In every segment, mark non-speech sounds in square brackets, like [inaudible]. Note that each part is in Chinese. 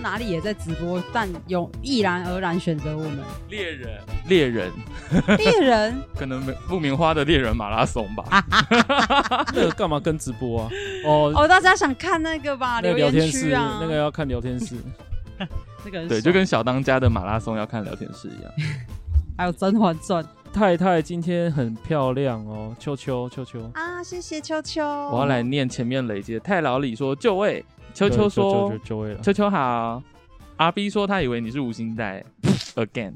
哪里也在直播，但有毅然而然选择我们猎人，猎人，猎人。 [laughs] 可能没不明花的猎人马拉松吧。 [laughs] 那个干嘛跟直播 [laughs] 啊？哦，哦，大家想看那个吧？那个留聊天言室区啊，那个要看聊天室，啊那个很对，爽就跟小当家的马拉松要看聊天室一样。嗯还有《甄嬛传》太太今天很漂亮哦，秋秋秋秋，啊，谢谢秋秋。我要来念前面累积的。太老李说就位，秋秋秋秋说秋秋位了，秋秋好。阿 B 说他以为你是无心 [laughs] 带，again。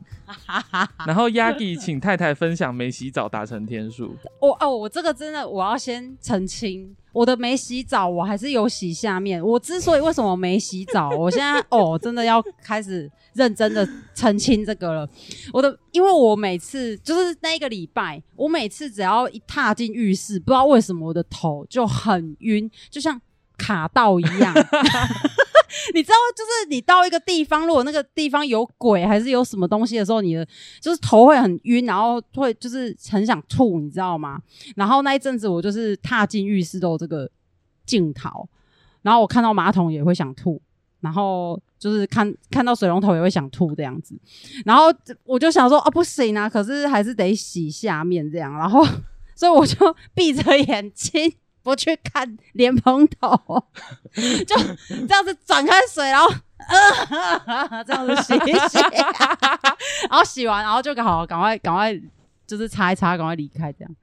然 [laughs] 啊后 Yagi 请太太分享没洗澡达成天数，我哦，我这个真的我要先澄清，我的没洗澡，我还是有洗下面。我之所以为什么没洗澡，我现在哦真的要开始认真的澄清这个了。我的，因为我每次就是那一个礼拜，我每次只要一踏进浴室，不知道为什么我的头就很晕，就像卡到一样。 [laughs] 你知道，就是你到一个地方，如果那个地方有鬼还是有什么东西的时候，你的就是头会很晕，然后会就是很想吐，你知道吗？然后那一阵子我就是踏进浴室都有这个镜头，然后我看到马桶也会想吐，然后就是看看到水龙头也会想吐这样子，然后我就想说啊不行啊，可是还是得洗下面这样，然后 [laughs] 所以我就闭着眼睛。不去看莲蓬头， [laughs] 就这样子转开水，然后呃，这样子洗一洗，然后洗完，然后就好，赶快赶快就是擦一擦，赶快离开这样。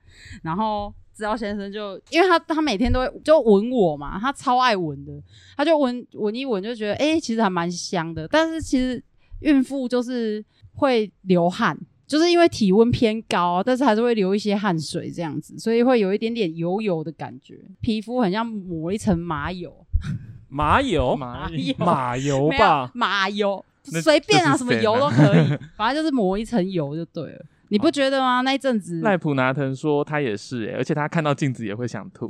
然后知道先生就，因为他他每天都会就闻我嘛，他超爱闻的，他就闻闻一闻就觉得，哎、其实还蛮香的。但是其实孕妇就是会流汗，就是因为体温偏高，啊但是还是会流一些汗水这样子，所以会有一点点油油的感觉，皮肤很像抹一层麻油，马友妈哎呦 [laughs] 马油没有吧，麻油那随便啊，什这是么谁油呢都可以，反正就是抹一层油就对了。你不觉得吗？那一阵子 [laughs] 赖普拿腾说他也是、欸，而且他看到镜子也会想 [laughs] 吐，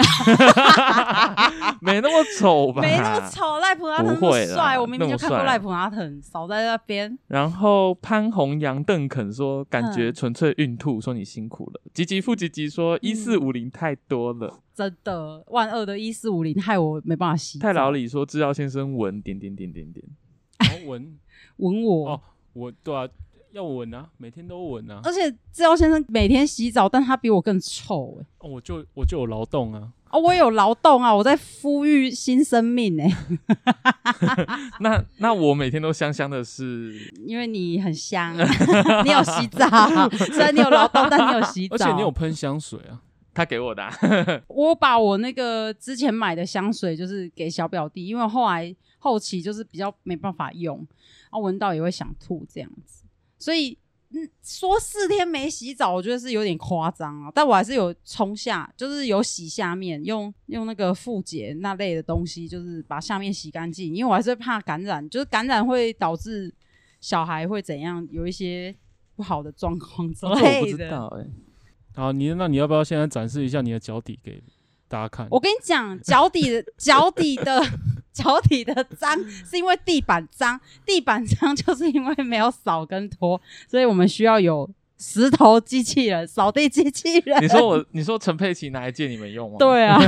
没那么丑吧？没 [laughs] 那么。丑，赖普拉腾那不么会啦帅，我明明那就么看过帅赖普拉腾，少在那边。然后潘弘洋、邓肯说感觉嗯纯粹孕吐，说你辛苦了。吉吉富吉吉说一四五零太多了。真的，万恶的一四五零害我没办法洗澡。太老李说制药先生文点点点点点。然后闻吻我，哦我对啊，要闻啊，每天都闻啊，而且志尧先生每天洗澡，但他比我更臭哎、哦我就我就有劳动啊，哦，我有劳动啊，我在呼吁新生命哎、那那我每天都香香的是，因为你很香，啊 [laughs] 你有洗澡，虽然你有劳动，但你有洗澡。而且你有喷香水啊，他给我的啊、我把我那个之前买的香水就是给小表弟，因为后来后期就是比较没办法用，啊，闻到也会想吐这样子，所以嗯，说四天没洗澡，我觉得是有点夸张啊，但我还是有冲下，就是有洗下面，用用那个复洁那类的东西，就是把下面洗干净，因为我还是会怕感染，就是感染会嗯导致小孩会怎样有一些不好的状况哦之这哦我不类知的。道哎、好，你那你要不要现在展示一下你的脚底给大家看？我跟你讲，脚底的脚底的 [laughs] 脚底的脏是因为地板脏，地板脏 [laughs] 就是因为没有扫跟拖，所以我们需要有石头机器人、扫地机器人。 [laughs] 你说我，你说陈佩琪拿来借你们用吗？，对 [laughs] 啊，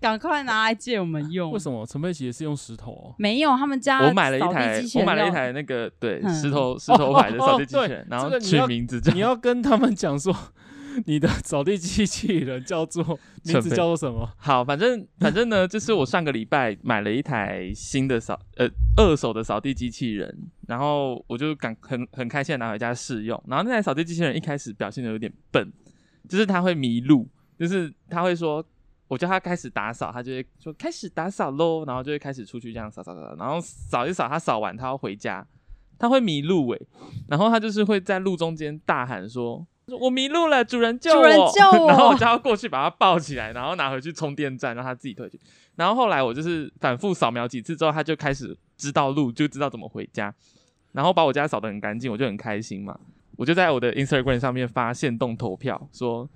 赶快拿来借我们用。为么？什么陈佩琪也是用石 [laughs] 头、哦？没有，他们家我买了一啊扫地台机，器我人买了一要台那个对嗯石 [laughs] 头石头牌的扫地机器哦人对，然这后个你取要名字 [laughs] 叫你要跟他们讲说， [laughs] 你的扫地机器人叫做名陈字佩叫做什么？好，反正反正呢，就是我上个礼拜买了一台新的扫呃二手的扫地机器人，然后我就赶很很开心的拿回家试用。然后那台扫地机器人一开始表现的有点笨，就是它会迷路，就是它会说，我叫它开始打扫，它就会说开始打扫喽，然后就会开始出去这样扫扫扫，然后扫一扫，它扫完它要回家，它会迷路诶、然后它就是会在路中间大喊说。我迷路了，主人救我！主人救我然后我就要过去把它抱起来，然后拿回去充电站，让它自己退去。然后后来我就是反复扫描几次之后，它就开始知道路，就知道怎么回家，然后把我家扫得很干净，我就很开心嘛。我就在我的 Instagram 上面发现动投票，说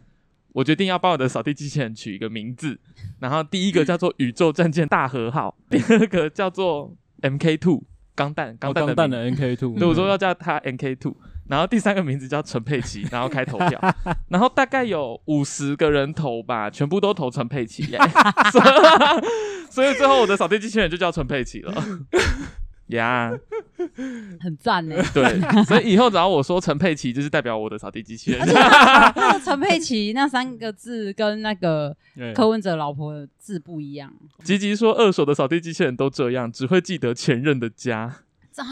我决定要帮我的扫地机器人取一个名字，然后第一个叫做宇宙战舰大和号，第二个叫做 MK Two 钢弹钢哦弹的钢蛋名字的嗯 NK Two。对，我说要叫他 NK Two，然后第三个名字叫陈佩琪，然后开投票，然后大概有五十个人投吧，全部都投陈佩琪耶、所以所以最后我的扫地机器人就叫陈佩琪了。呀很赞 [laughs] 呢、对，所以以后只要我说陈佩琪，就是代表我的扫地机器人而。且那个那个陈佩琪那三个字跟那个对柯文哲老婆的字不一样吉吉说，二手的扫地机器人都这样，只会记得前任的 [laughs] 家。啊！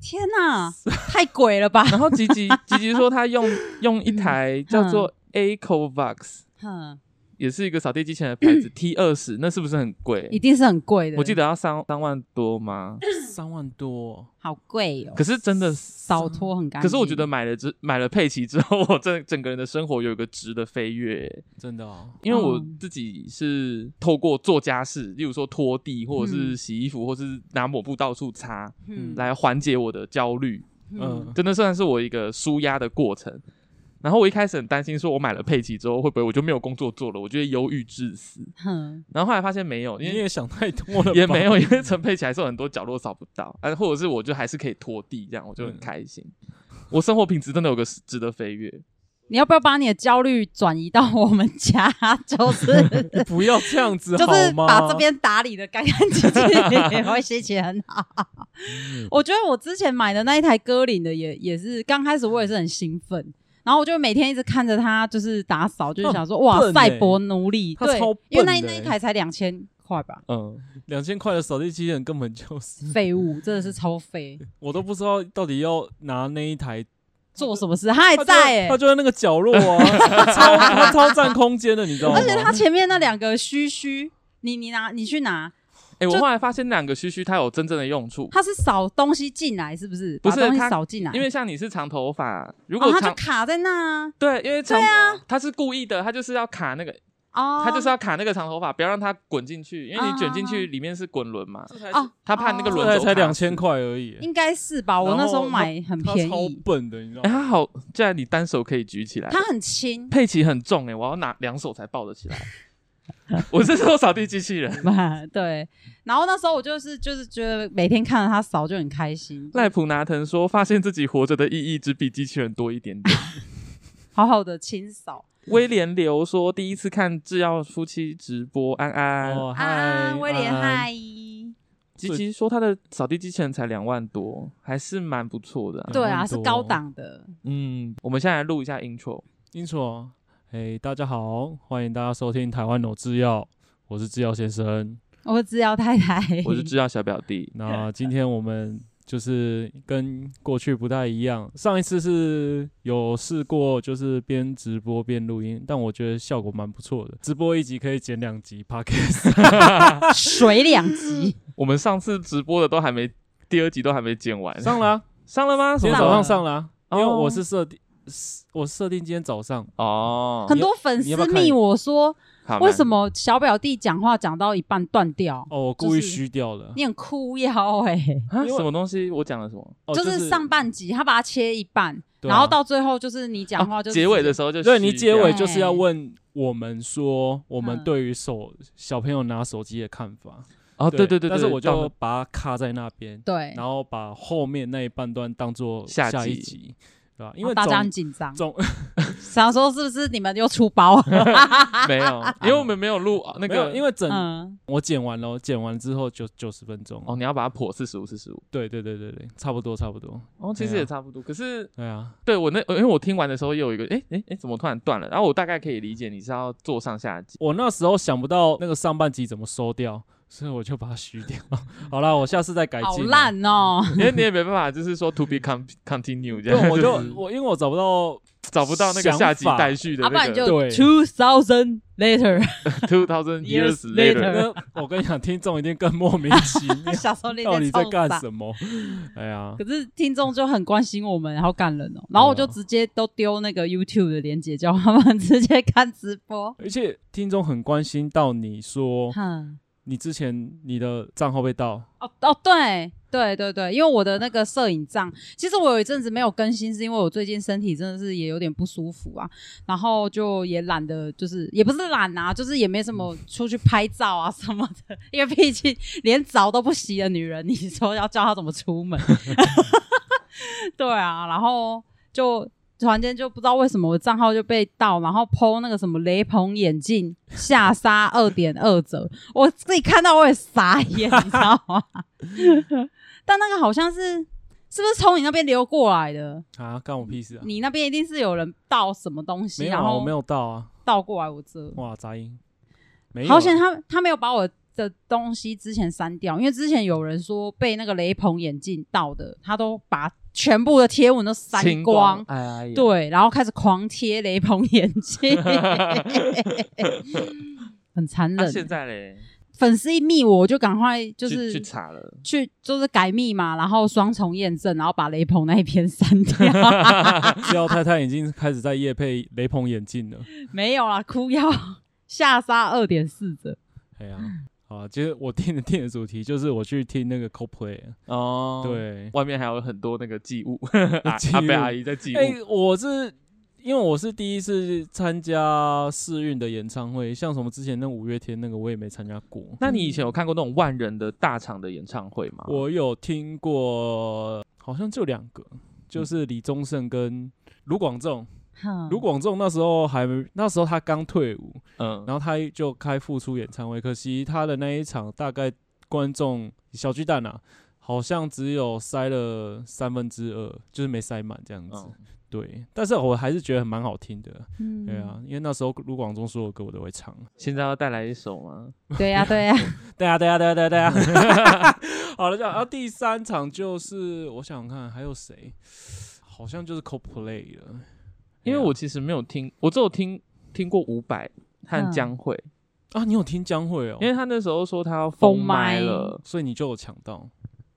天哪、 [laughs] 太鬼了吧！然后吉吉吉吉说，他用用一台叫嗯做 Acovox，哼，也是一个扫地机器人的牌嗯子 T 二十，那是不是很一贵？定是很贵的。我记得要三三万多吗？三万多，好贵哦可，是真的扫拖很干净。可是我觉得买了之买了佩奇之后，我整整个人的生活有一个质的飞跃，欸真的哦，因为我嗯自己是透过做家事，例如说拖地，或者是嗯洗衣服，或是拿抹布到处擦，嗯，来缓解我的焦虑，嗯嗯，真的算是我一个舒压的过程。然后我一开始很担心，说我买了佩奇之后会不会我就没有工作做了，我就会忧郁致死。哼，然后后来发现没有，你因为也想太多 [laughs] 了，也没有，，因为陈佩琪还是有很多角落扫不到，啊，或者是我就还是可以拖地，这样我就很嗯开心。我生活品质真的有个值得飞跃。你要不要把你的焦虑转移到我们家？就是。你不要 [laughs] 这样 [laughs] 子就好是吗？把这边打理的干干净净，也会心情很好。我觉得我之前买的那一台歌林的也也是刚开始我也是很兴奋，然后我就每天一直看着它就是打扫，就是想说哇它很笨赛欸博奴隶，它对超，因为笨那的那一欸台才两千块吧，嗯，两千块的扫地机器人根本就是，废物真的是超 [laughs] 废，我都不知道到底要拿那一台做什么事它还他就在哎、他就在那个角 [laughs] 落啊，超他超占空间的，你知道吗？而且它前面那两个须须，你你拿你去拿，哎、我就后来发现两个须须它有真正的用处，它是扫东西进来是不是？不是把东西它扫进来，因为像你是长头发，如如果哦它长、就卡在那啊。对，因为长啊，它是故意的，它就是要卡那个，哦，它就是要卡那个长头发，不要让它滚进去，因为你卷进去里面是滚轮嘛，哦，它怕那个这轮台轴才卡两千死。块而已，应该是吧？我然那时候后买很他便超宜，笨的，你知道哎、吗？它好，既然你单手可以举起来，，它很轻 [laughs] 佩奇很重哎、我要拿两手才抱得起来。我是说扫地机器人，对。然后那时候我就是就是觉得每天看着它扫就很开心，赖普拿腾说，发现自己活着的意义只比机器人多一点点。好好的清扫。威廉流说，第一次看制药夫妻直播，安安。哦，嗨啊，，威廉安安，嗨，吉吉说他的扫地机器人才两万多，还是蛮不错的啊、对两啊，万是多高档的。嗯，我们现在来录一下 intro。英楚，哎，大家好，欢迎大家收听台湾脑制药，我是制药先生。我是制药太太，我是制药小表弟， [laughs] 那今天我们就是跟过去不太一样，上一次是有试过，就是边直播边录音，但我觉得效果蛮不错的。直播一集可以剪两集 podcast，水两 [laughs] 集，我们上次直播的都还没，第二集都还没剪完，上啦、上了吗？什今么天时候早上上了啊、哦因为我是设定，是我是设定今天早上。哦，很多粉你要不丝要看密我说，好为什？么小表弟讲话讲到一半断掉？哦，我故意就是虚掉了。你很哭腰哎、那啊，因为什么东西？我讲了什么？哦、就是是上半集他把它切一半，对啊哦然后到最后就是你讲话啊就是结尾的时候就对你结尾虚就是要问我们说，我们嗯对于手小朋友拿手机的看法。掉哦，对对对，但是对我到就了把它卡在那边，对，然后把后面那一半段当做下下一集集，对吧？因为哦大家总很紧张， [laughs] 总想说是不是你们又出 [laughs] 包了？没有，因为我们没有录哦那那个，个，因为整嗯，我剪完了，剪完之后就九十分钟。哦，你要把它破四十五、四十五。对对对对对，差不多差不多。哦，其实对啊也差不多。可是对啊，对我那，因为我听完的时候也有一个，哎哎哎，怎么突然断了？然后我大概可以理解你是要做上下集。我那时候想不到那个上半集怎么收掉，所以我就把它虚掉。 [laughs] 好啦，我下次再改进。啊好烂哦，因为你也没办法，就是说 to be con continue 这对，样，我就 [laughs] 就是我因为我找不到，找不到那个下集想法待续的啊要不然那你个就对 two thousand [laughs] later， [laughs] two thousand years years later later。那我跟你讲，听众一定更莫名其 [laughs] 妙，小时候那到底在干么？什么？哎呀，可是听众就很关心我们，好感人哦。然后我啊就直接都丢那个 YouTube 的链接，叫他们直接看直播。而且听众很关心到你说哼，你之前你的账号被盗，哦哦，对对对对，因为我的那个摄影账，其实我有一阵子没有更新，是因为我最近身体真的是也有点不舒服啊，然后就也懒得，就是也不是懒啊，就是也没什么出去拍照啊什么的， [laughs] 因为毕竟连澡都不洗的女人，你说要教她怎么出门？ [laughs] 对啊，然后就。突然间就不知道为什么我的账号就被盗，然后 PO 那个什么雷朋眼镜下杀二点二折，我自己看到我也傻眼，你知道吗？但那个好像是是不是从你那边流过来的？啊，干我屁事啊！你那边一定是有人倒什么东西，没有然啊，我后没有到啊！倒过来我这。哇，杂音，没有啊、好 [laughs] 险他他没有把我的东西之前删掉，因为之前有人说被那个雷朋眼镜盗的，他都把全部的贴文都删清光。哎呀，对，然后开始狂贴雷朋眼镜， [laughs] 很残那、忍。啊现在嘞，粉丝一密我，我就赶快就就是去查了。去就是改密码，然后双重验证，然后把雷朋那一篇删掉。四幺太太已经开始在夜配雷朋眼镜了。没有啦，哭腰下杀二点四折。哎呀、好啊，其实我听的电影主题就是我去听那个 CoPlay，、哦，，对，外面还有很多那个寄 [laughs] 物，阿寄物阿贝阿姨在寄物。哎、我是因为我是第一次参加世运的演唱会，像什么之前那五月天那个我也没参加过。那你以前有看过那种万人的大场的演唱会吗？我有听过，好像就两个，就是李宗盛跟卢广仲。 [laughs] 哼卢广仲那时候还没，那时候他刚退伍，嗯，然后他就开复出演唱会，可惜他的那一场大概观众小巨蛋啊，好像只有塞了三分之二，就是没塞满这样子。嗯对，但是我还是觉得蛮好听的，嗯对啊，因为那时候卢广仲所有歌我都会唱。现在要带来一首吗？对呀、对呀、对啊，对啊，对啊，对啊，对啊。 [laughs] 好了，这样，然后第三场就是我想想看还有谁，好像就是 CoPlay 了，因为对啊我其实没有听，我只有听听过伍佰和嗯江蕙，啊，你有听江蕙哦、因为他那时候说他要封麦麦了。所以你就有抢到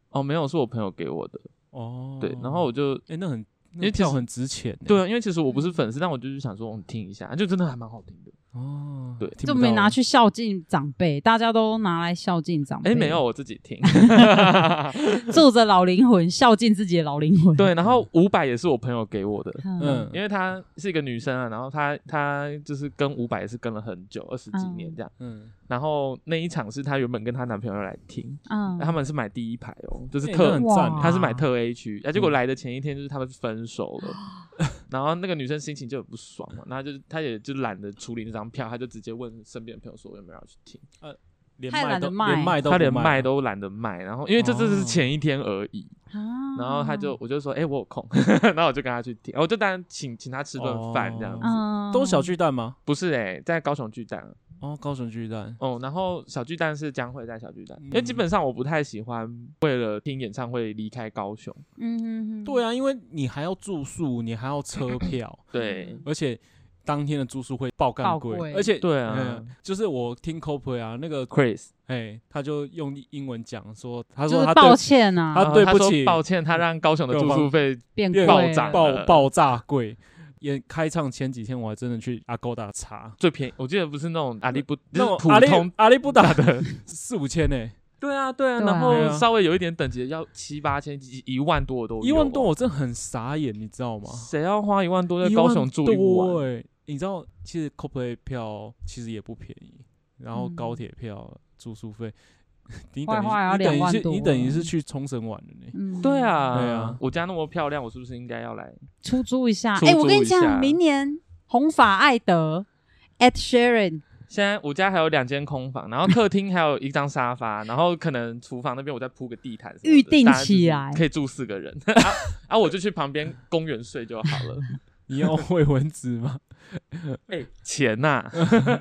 哦，没有，是我朋友给我的。哦。对，然后我就哎、那很因那为其票实很值钱、欸，对啊，因为其实我不是粉丝，但我就是想说，我嗯听一下，就真的还蛮好听的。哦，对听就不没到拿去孝敬长辈，大家都拿来孝敬长辈。哎，没有，，我自己 [laughs] 听。住着老灵魂，孝敬自己的老灵魂。对，然后伍佰也是我朋友给我的，嗯，嗯，因为她是一个女生啊，然后她她就是跟伍佰也是跟了很久，二十几年这样。嗯，然后那一场是她原本跟她男朋友来听，嗯他们是买第一排哦，就是欸那特很哇赞欸，他是买特 A 区，啊，结果来的前一天就是他们分手了，然后那个女生心情就很不爽嘛，然后就是她也就懒得处理那张票，她就直接问身边的朋友说有没有要去听，连太麦懒都得卖连麦都她连不卖了都懒得卖，然后因为这哦这是前一天而已，啊然后她就我就说哎、我有空， [laughs] 然后我就跟她去听，哦我就当然请请她吃顿饭这样子，哦嗯都是小巨蛋吗？不是哎、在高雄巨蛋哦，高雄巨蛋，哦，然后小巨蛋是将会在小巨蛋，因为嗯基本上我不太喜欢为了听演唱会离开高雄，嗯嗯嗯，对啊，因为你还要住宿，你还要 [clears throat] 车票，对而且当天的住宿会爆干爆贵，贵而且对啊嗯，就是我听 CoPlay 啊，那个，Chris。哎，他就用英文讲说，他就说是他抱对歉他啊，然后对呃他不说起抱歉，他让高雄的住宿费变贵变暴涨爆爆炸贵。也开唱前几天我还真的去阿勾达查，最便宜，我记得不是那种阿里不，那种就是阿普里通，阿里不达的 [laughs] 四五千呢，对啊对对啊啊，然对后啊稍微有一点等级的要七八千，一一万多的都有一万多，我真的很傻眼，你知道吗？谁要花一万多在一高万雄住一多晚？欸你知道，其实 CoPlay 票其实也不便宜，然后嗯高铁票、住宿费， [laughs] 你坏等于坏要你等2于万是多你等于是去冲绳玩的呢。嗯对，啊对啊我家那么漂亮，我是不是应该要来？出租一下。出租哎，我跟你一下讲，明年红发艾德 at Sharon 现在我家还有两间空房，然后客厅还有一张沙发，然后可能厨房那边我再铺个地毯什么的，预定大家就是起来可以住四个人啊啊！我就去旁边公园睡就好了。你要 [laughs] 会蚊子吗？哎，钱呐， [laughs]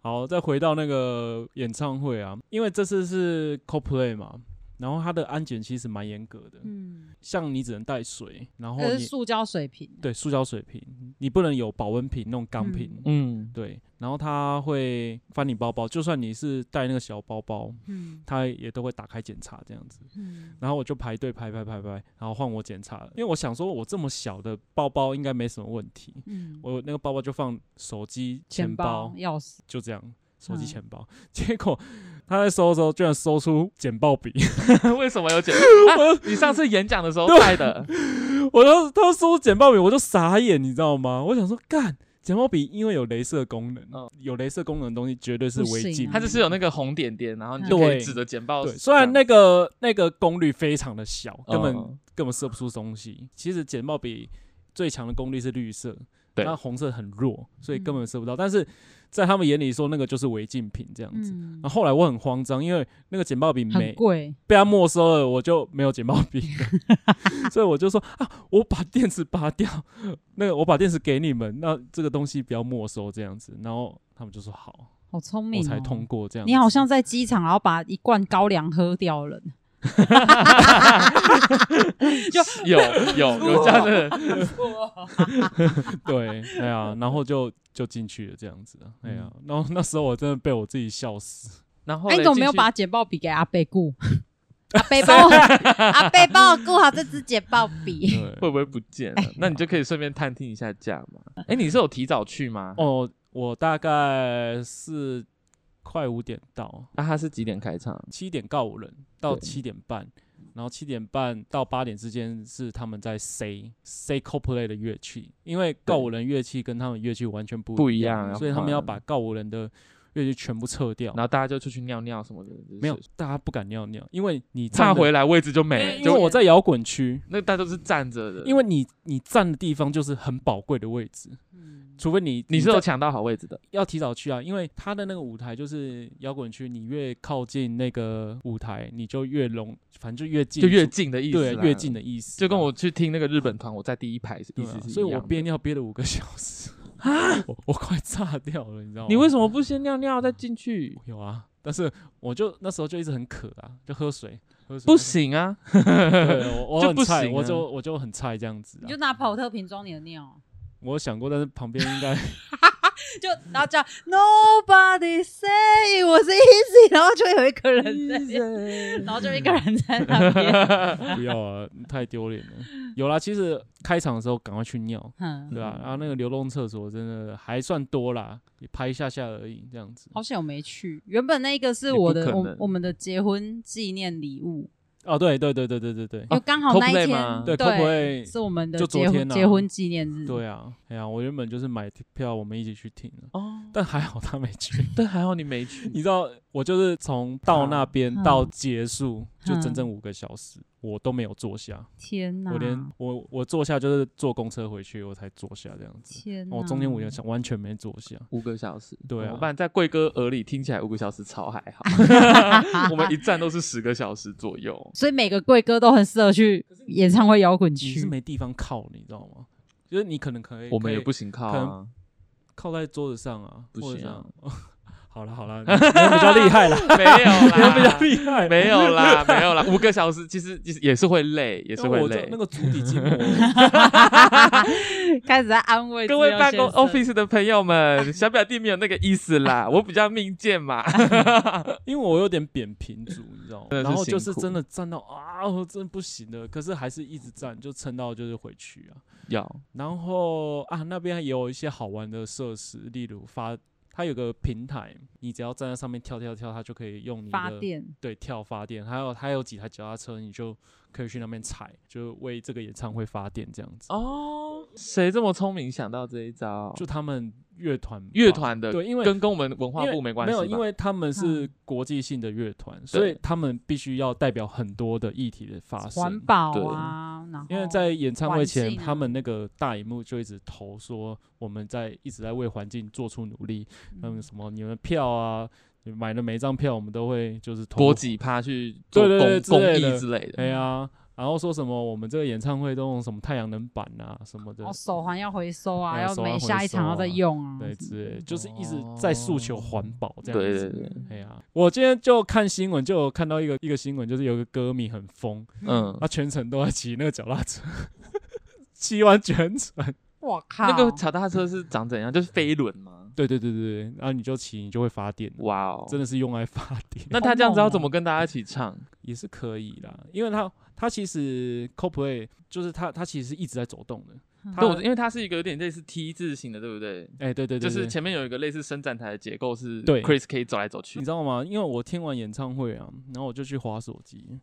好，再回到那个演唱会啊，因为这次是 CoPlay 嘛，然后它的安检其实蛮严格的，嗯，像你只能带水，然后可是你塑胶水瓶，对塑胶水瓶，你不能有保温瓶那种钢瓶。嗯嗯， [laughs] 对，然后他会翻你包包，就算你是带那个小包包，嗯他也都会打开检查这样子。嗯然后我就排队排排排排，然后换我检查了，因为我想说我这么小的包包应该没什么问题，嗯，我那个包包就放手机、钱包，包、钥匙，就这样。手机嗯钱包， [laughs] 结果他在搜的时候，居然搜出简报笔，为什么有剪？啊你上次演讲的时候带的，我就他搜简报笔，我就傻眼，你知道吗？我想说，干简报笔，因为有镭射功能，嗯有镭射功能的东西绝对是不违行禁啊品，它就是有那个红点点，然后你就可对以指着简报。对，虽然那个那个功率非常的小，这样根本、嗯根本射不出东西。其实简报笔最强的功率是绿色，对那红色很弱，所以嗯根本射不到。但是在他们眼里说那个就是违禁品这样子。嗯然，后后来我很慌张，因为那个简报笔很没贵，被他没收了，我就没有剪报笔 [laughs] 了，所以我就说啊，我把电池拔掉，那个我把电池给你们，那这个东西不要没收这样子。然后他们就说好，好聪明、我哦，才通过这样子。你好像在机场，然后把一罐高粱喝掉了。有有有这样的人，对，哎呀，然后就就进去了这样子啊，哎呀，嗯然后那时候我真的被我自己笑死。然后哎、你嘞怎么没有进去把简报笔给阿贝顾？阿贝帮我， [laughs] 阿贝帮我顾好这支简报笔。对，会不会不见了？那你就可以顺便探听一下价嘛。哎、你是有提早去吗？哦，我大概是快五点到，那、他是几点开场？七点告五人到对七点半，然后七点半到八点之间是他们在 C C Coplay 的乐器，因为告五人乐器跟他们乐器完全不不一一样要所以他们要换把告五人的乐器全部撤掉然。后大家就出去尿尿什么的，就是没有，大家不敢尿尿，因为你岔站的回，来位置就没了，因为就我在摇滚区，那大家都是站着的，因为你你站的地方就是很宝贵的位置，除非你你是有在抢到好位置的。要提早去啊，因为他的那个舞台就是摇滚区，你越靠近那个舞台，你就越容，反正就越近，就越近的意思，对越近，的意思，就跟我去听那个日本团，我在第一排是对意啊思是一所以我样的啊憋尿憋了五个小时 [laughs] 我我快炸掉了，你知道吗？你为什么不先尿尿再进去？ [laughs] 有啊？但是我就那时候就一直很渴啊，就喝水，喝水 [laughs] 不，行啊，对我我就很不菜，行啊我就我就很菜这样子你啊就。拿跑特瓶装你的尿，我想过，但是旁边应 [laughs] 该就然后叫 Nobody say 我是 Easy，然后就有一个人在那边，然后就一个人在那边。不要啊，太丢脸了。有啦，其实开场的时候赶快去尿，嗯，对啊，嗯然后那个流动厕所真的还算多啦，也拍一下下而已，这样子。好险我没去。原本那个是你不我的可我能我们的结婚纪念礼物，哦，对对对对对对对因为刚好那一 Coldplay 天，吗啊对，会不会？是我们的就昨结婚天啊结婚纪念日。对啊，哎呀，我原本就是买票，我们一起去听的，哦，但还好他没去。 [laughs] 对，还好你没去，你知道，我就是从到那边嗯到结束，就整嗯整五个小时，我都没有坐下，天哪！我连我我坐下就是坐公车回去，我才坐下这样子。天哪！哦我中间五个小时完全没坐下，五个小时，对啊怎么办？在贵哥耳里听起来五个小时超还 [laughs] 好，我们一站都是十个小时左右。所以每个贵哥都很适合去演唱会摇滚你是区。没地方靠，你知道吗？就是你可能可以，我们可也以不行靠可啊能，靠在桌子上啊，不或者行啊 [laughs] 这样。 [laughs] 好了好了，你们比较厉害啦，没有你们比啦较，厉害，没有啦，没有啦，五个小时其实其实也是会累，也是因为会我就累那。个足底筋膜，开始在安慰各位自由办公先生 office 的朋友们，小表弟没有那个意思 [laughs] 啦，我比较命贱嘛。因为我有点扁平 [laughs] 足，你知道吗？真的是然后就是辛苦真的站到啊，我真的不行了，可是还是一直站，就撑到就是回去啊。有然后啊，那边也有一些好玩的设施，例如发，它有个平台，你只要站在上面跳跳跳，它就可以用你的发电，对，跳发电，还有它有几台脚踏车，你就可以去那边踩，就为这个演唱会发电这样子。哦，谁这么聪明想到这一招？就他们乐团吧，乐团的，对因为跟跟我们文化因为部没关系没吧，有，因为他们是嗯国际性的乐团，所以对他们必须要代表很多的议题的发环生。保啊，然后因为在演唱会环境前，啊他们那个大荧幕就一直投说我们在一直在为环境做出努力，那么嗯什么你们的票啊，你买的每一张票我们都会就是投多几趴去做对公对对公之类的益之类的。哎呀，然后说什么我们这个演唱会都用什么太阳能板啊什么的哦，手环要回收啊，对要手环每回下一场收要再啊用啊，对，之类的，就是一直在诉求环保这样对子对。对，哎呀，我今天就看新闻，就有看到一个一个新闻，就是有个歌迷很疯，嗯，他全程都在骑那个脚踏车， [laughs] 骑完全程。我啊靠，那个脚踏车是长怎样？就是飞轮吗？对对对对对，然后你就骑，你就会发电，哇哦，真的是用来发电，那他这样子要怎么跟大家一起唱？也是可以啦。因为他他其实 CoPlay 就是他他其实是一直在走动的。嗯他对，我因为它是一个有点类似 T 字形的，对不对？哎，啊对对对，就是对前面有一个类似伸展台的结构，是对 Chris 可以走来走去你。知道吗？因为我听完演唱会啊，然后我就去划手机，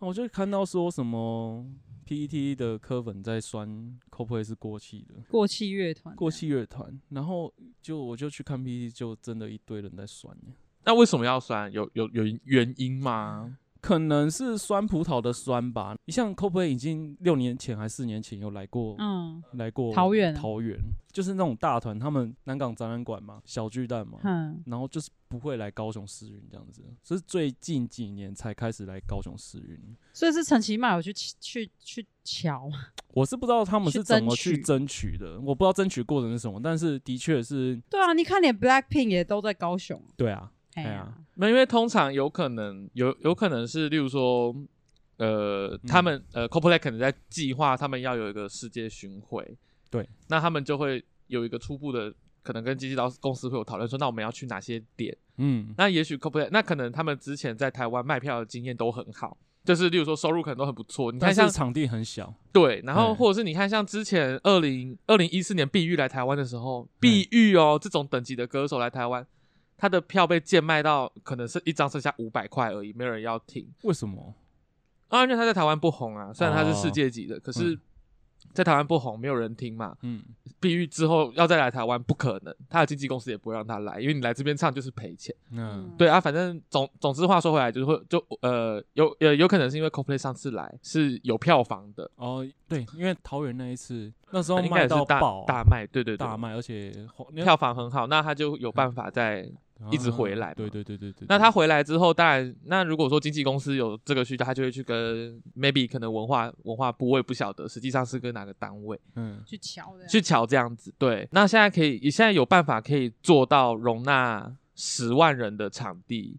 啊我就看到说什么 PET E 的科粉在酸 c o p l a y 是过气的过气乐团，过气乐团，然后就我 E，就去看 PET，就真的一堆人在酸耶欸那为什么要酸？有有有原因吗？可能是酸葡萄的酸吧。你像 c o p a y 已经六年前还四年前有来过，嗯来过桃园桃园就是那种大团，他们南港展览馆嘛，小巨蛋嘛，哼，然后就是不会来高雄试运这样子，这是最近几年才开始来高雄试运。所以是陈其迈有去去去瞧，啊我是不知道他们去是怎么争取去争取的，我不知道争取过程是什么，但是的确是，对啊，你看连 Blackpink 也都在高雄，对啊，哎哎呀呀，那因为通常有可能有有可能是，例如说，呃，嗯他们、呃 c o p l a y 可能在计划他们要有一个世界巡回，对，那他们就会有一个初步的，可能跟机器刀公司会有讨论说，那我们要去哪些点？嗯，那也许 c o p l a y 那可能他们之前在台湾卖票的经验都很好。就是，例如说收入可能都很不错，你看但像是场地很小，对，然后嗯或者是你看，像之前二零二零一四年碧玉来台湾的时嗯候，碧玉哦这种等级的歌手来台湾，他的票被贱卖到可能是一张剩下五百块而已，没有人要听。为什么？啊，因为他在台湾不红啊，虽然他是世界级的，可是嗯，在台湾不红，没有人听嘛。嗯，碧玉之后要再来台湾不可能，他的经纪公司也不会让他来，因为你来这边唱就是赔钱。那嗯对啊，反正总总之话说回来，就是会就呃有呃有可能是因为 CoPlay 上次来是有票房的，哦，对，因为桃园那一次那时候应该卖也是到大爆啊，大卖，对对对，大卖，而且后那票房很好，那他就有办法在。一直回来嘛啊对对对对对。那对他回来之后，当然，那如果说经纪公司有这个需求，他就会去跟 maybe 可能文化文化部，我也不晓得，实际上是跟哪个单位嗯去瞧的，去瞧这样子。对，那现在可以，现在有办法可以做到容纳十万人的场地，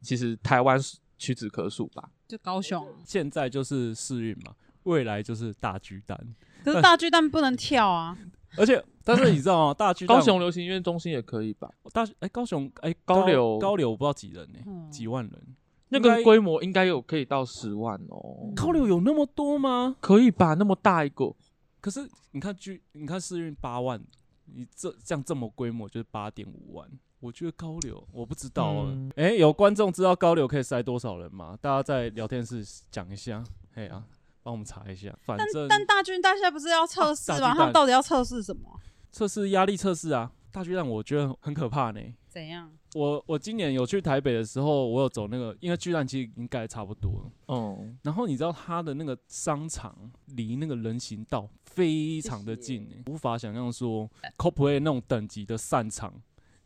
其实台湾屈指可数吧。就高雄，啊现在就是试运嘛，未来就是大巨蛋，可是大巨蛋不能跳啊，而且但是你知道吗？大巨蛋高雄流行音乐中心也可以吧？大哎、高雄哎、高高流高流我不知道几人呢、嗯几万人。那应个该规模应该有可以到十万哦嗯，高流有那么多吗？可以吧？那么大一个，可是你看巨，你看试运八万，你这这样这么规模就是八点五万。我觉得高流我不知道啊，哎、嗯有观众知道高流可以塞多少人吗？大家在聊天室讲一下，嘿啊，帮我们查一下。反正但大巨蛋现在不是要测试呃啊大吗？巨蛋他们到底要测试什么？测试压力测试啊，大巨蛋我觉得很可怕呢、怎样？我我今年有去台北的时候，我有走那个，因为巨蛋其实已经盖得差不多了。嗯，然后你知道它的那个商场离那个人行道非常的近、欸，无法想象说 CoPlay 那种等级的散场，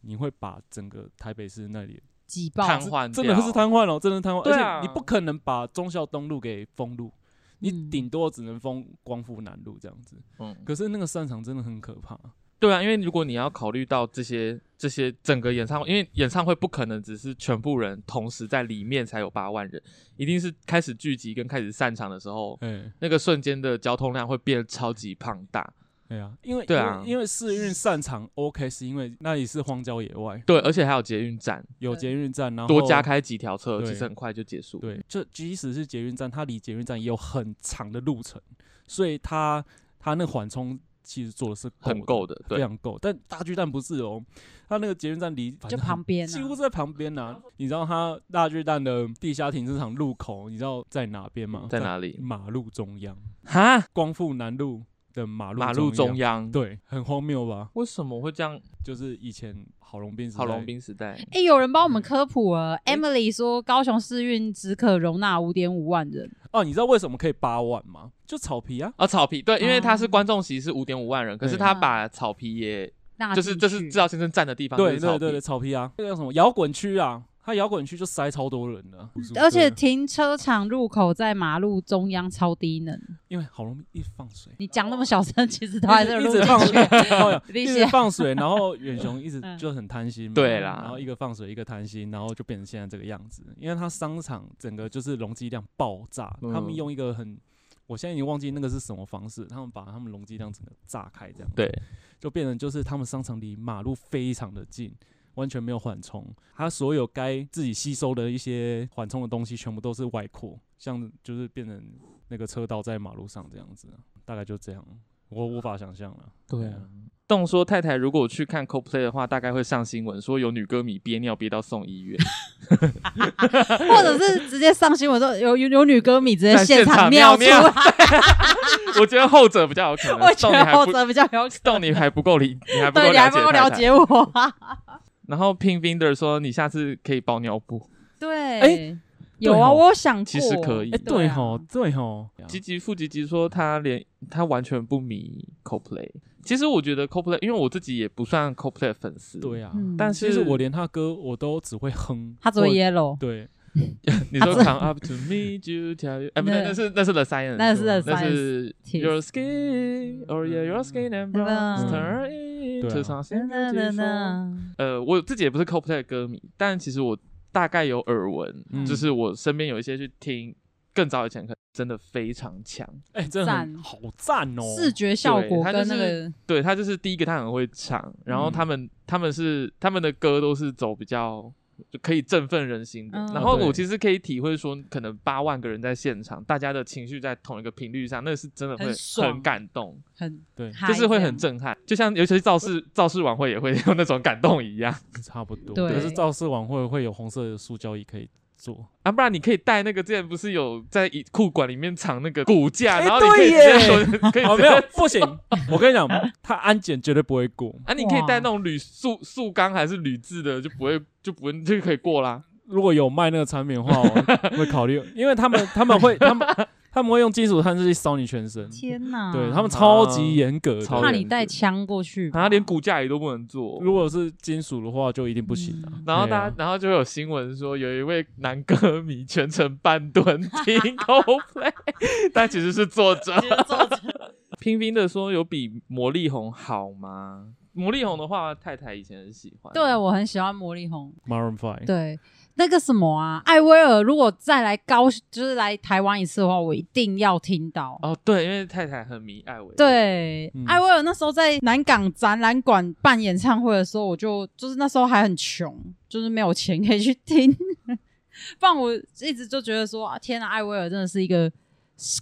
你会把整个台北市那里挤爆瘫痪真的掉是瘫痪哦了，真的瘫痪，对啊而且你不可能把忠孝东路给封路，嗯你顶多只能封光复南路这样子。嗯，可是那个散场真的很可怕，对啊，因为如果你要考虑到这些这些整个演唱会，因为演唱会不可能只是全部人同时在里面才有八万人，一定是开始聚集跟开始散场的时候，哎、那个瞬间的交通量会变超级庞大。对啊，因为对啊因为因为市运擅长 OK，是因为那里是荒郊野外，对，而且还有捷运站，有对捷运站，然后多加。开几条车，对其实很快就结束。，对，就即使是捷运站，它离捷运站也有很长的路程，所以它它那缓冲其实做的是很够够的。的，非对，常够。但大巨蛋不是哦，它那个捷运站离反就正旁边几乎啊，是在旁边呐、你知道它大巨蛋的地下停车场入口，你知道在哪边吗？在哪里？马路中央，哈，光复南路的马路马路中央。央。，对，很荒谬吧？为什么会这样？就是以前郝龙斌时郝代龙斌时代，哎、有人帮我们嗯科普了、e m i l y 说高雄市运只可容纳五点五万人，哦，你知道为什么可以八万吗？就草皮啊，啊，草皮对，因为他是哦观众席是五点五万人，可是嗯对啊他把草皮也，那就是这是进去制造先生站的地方，就对是草皮对对对，草皮啊，那个叫什么摇滚区啊，它摇滚区就塞超多人的，而且对停车场入口在马路中央超低能，因为好容易一直放水，你讲那么小声，其实都还在一录直进放去。水，然后理哦一解直放水，然后远雄一直嗯就很贪心嘛，对啦然后一个放水，一个贪心，然后就变成现在这个样子，因为它商场整个就是容积量爆炸，他们嗯用一个很。我现在已经忘记那个是什么方式，他们把他们容积量整个炸开，这样子对，就变成就是他们商场离马路非常的近，完全没有缓冲，它所有该自己吸收的一些缓冲的东西全部都是外扩，像就是变成那个车道在马路上这样子啊，大概就这样，我无法想象了。对啊，动说太太如果去看 CoPlay 的话，大概会上新闻说有女歌迷憋尿憋到送医院，或者是直接上新闻说有有有女歌迷直接在现场场尿出来， [laughs] 我觉得后者比较有可 [laughs] 我能，觉送你得还后不者比较有可动你还不够理，你还 [laughs] 不能，对，够你了还解不够太了太。解我啊。然后 Pink Finger 说你下次可以包尿布，对，哎有对啊，哦我有想过，其实可以哦哎，对对啊吼，对吼，吉吉富吉吉说他连他完全不迷 CoPlay。其实我觉得 CoPlay，因为我自己也不算 CoPlay 的粉丝。对啊，嗯但是其实我连他歌我都只会哼，他只会我 yellow，嗯对，你说啊这 Come up to me, you tell you，哎，不对，那那是那是 The Science，那是 The 哦那是 Science Your skin or yeah, your skin and bones 嗯 turn 对 into 啊 something beautiful。呃，我自己也不是 CoPlay 的歌迷，但其实我大概有耳闻，嗯就是我身边有一些去听，更早以前可能真的非常强。哎，真的很赞好赞哦，视觉效果对他就跟那是个对他就是第一个，他很会唱，然后嗯他们、他们是他们的歌都是走比较就可以振奋人心的。嗯然后哦对我其实可以体会说，可能八万个人在现场，大家的情绪在同一个频率上，那是真的会很爽很感动，很对，嗨就是会这很样震撼，就像尤其是造势造势晚会也会有那种感动一样。差不多。对可是造势晚会会有红色的塑胶椅可以 [laughs] 坐，啊，不然你可以带那个之前不是有在一裤管里面藏那个骨架，哎然后你可以直对耶接轮，可以哦，直没有接，不行，我跟你讲，他安检绝对不会过。啊，你可以哇带那种铝塑塑钢还是铝制的，就不会就不会就可以过啦。如果有卖那个产品的话，我会考虑，因为他们他们会他们他们会用金属探测器烧你全身，天哪，对他们超级严格啊超啊的。怕严你格带枪过去吧，然后连 [laughs] 骨架也都不能做。如果是金属的话，就一定不行啊嗯。然后对啊大家，然后就有新闻说，有一位男歌迷全程半蹲 [laughs] 听 CoPlay，但其实是坐着。拼拼的说，有比魔力红好吗？魔力红的话，太太以前很喜欢。对，啊我很喜欢魔力红。 Maroon Five，对，那个什么啊，艾薇儿如果再来高，就是来台湾一次的话，我一定要听到。哦，对，因为太太很迷艾薇。，对，嗯艾薇儿那时候在南港展览馆办演唱会的时候，我就就是那时候还很穷，就是没有钱可以去听。 [laughs] 不然我一直就觉得说，啊、天啊，艾薇儿真的是一个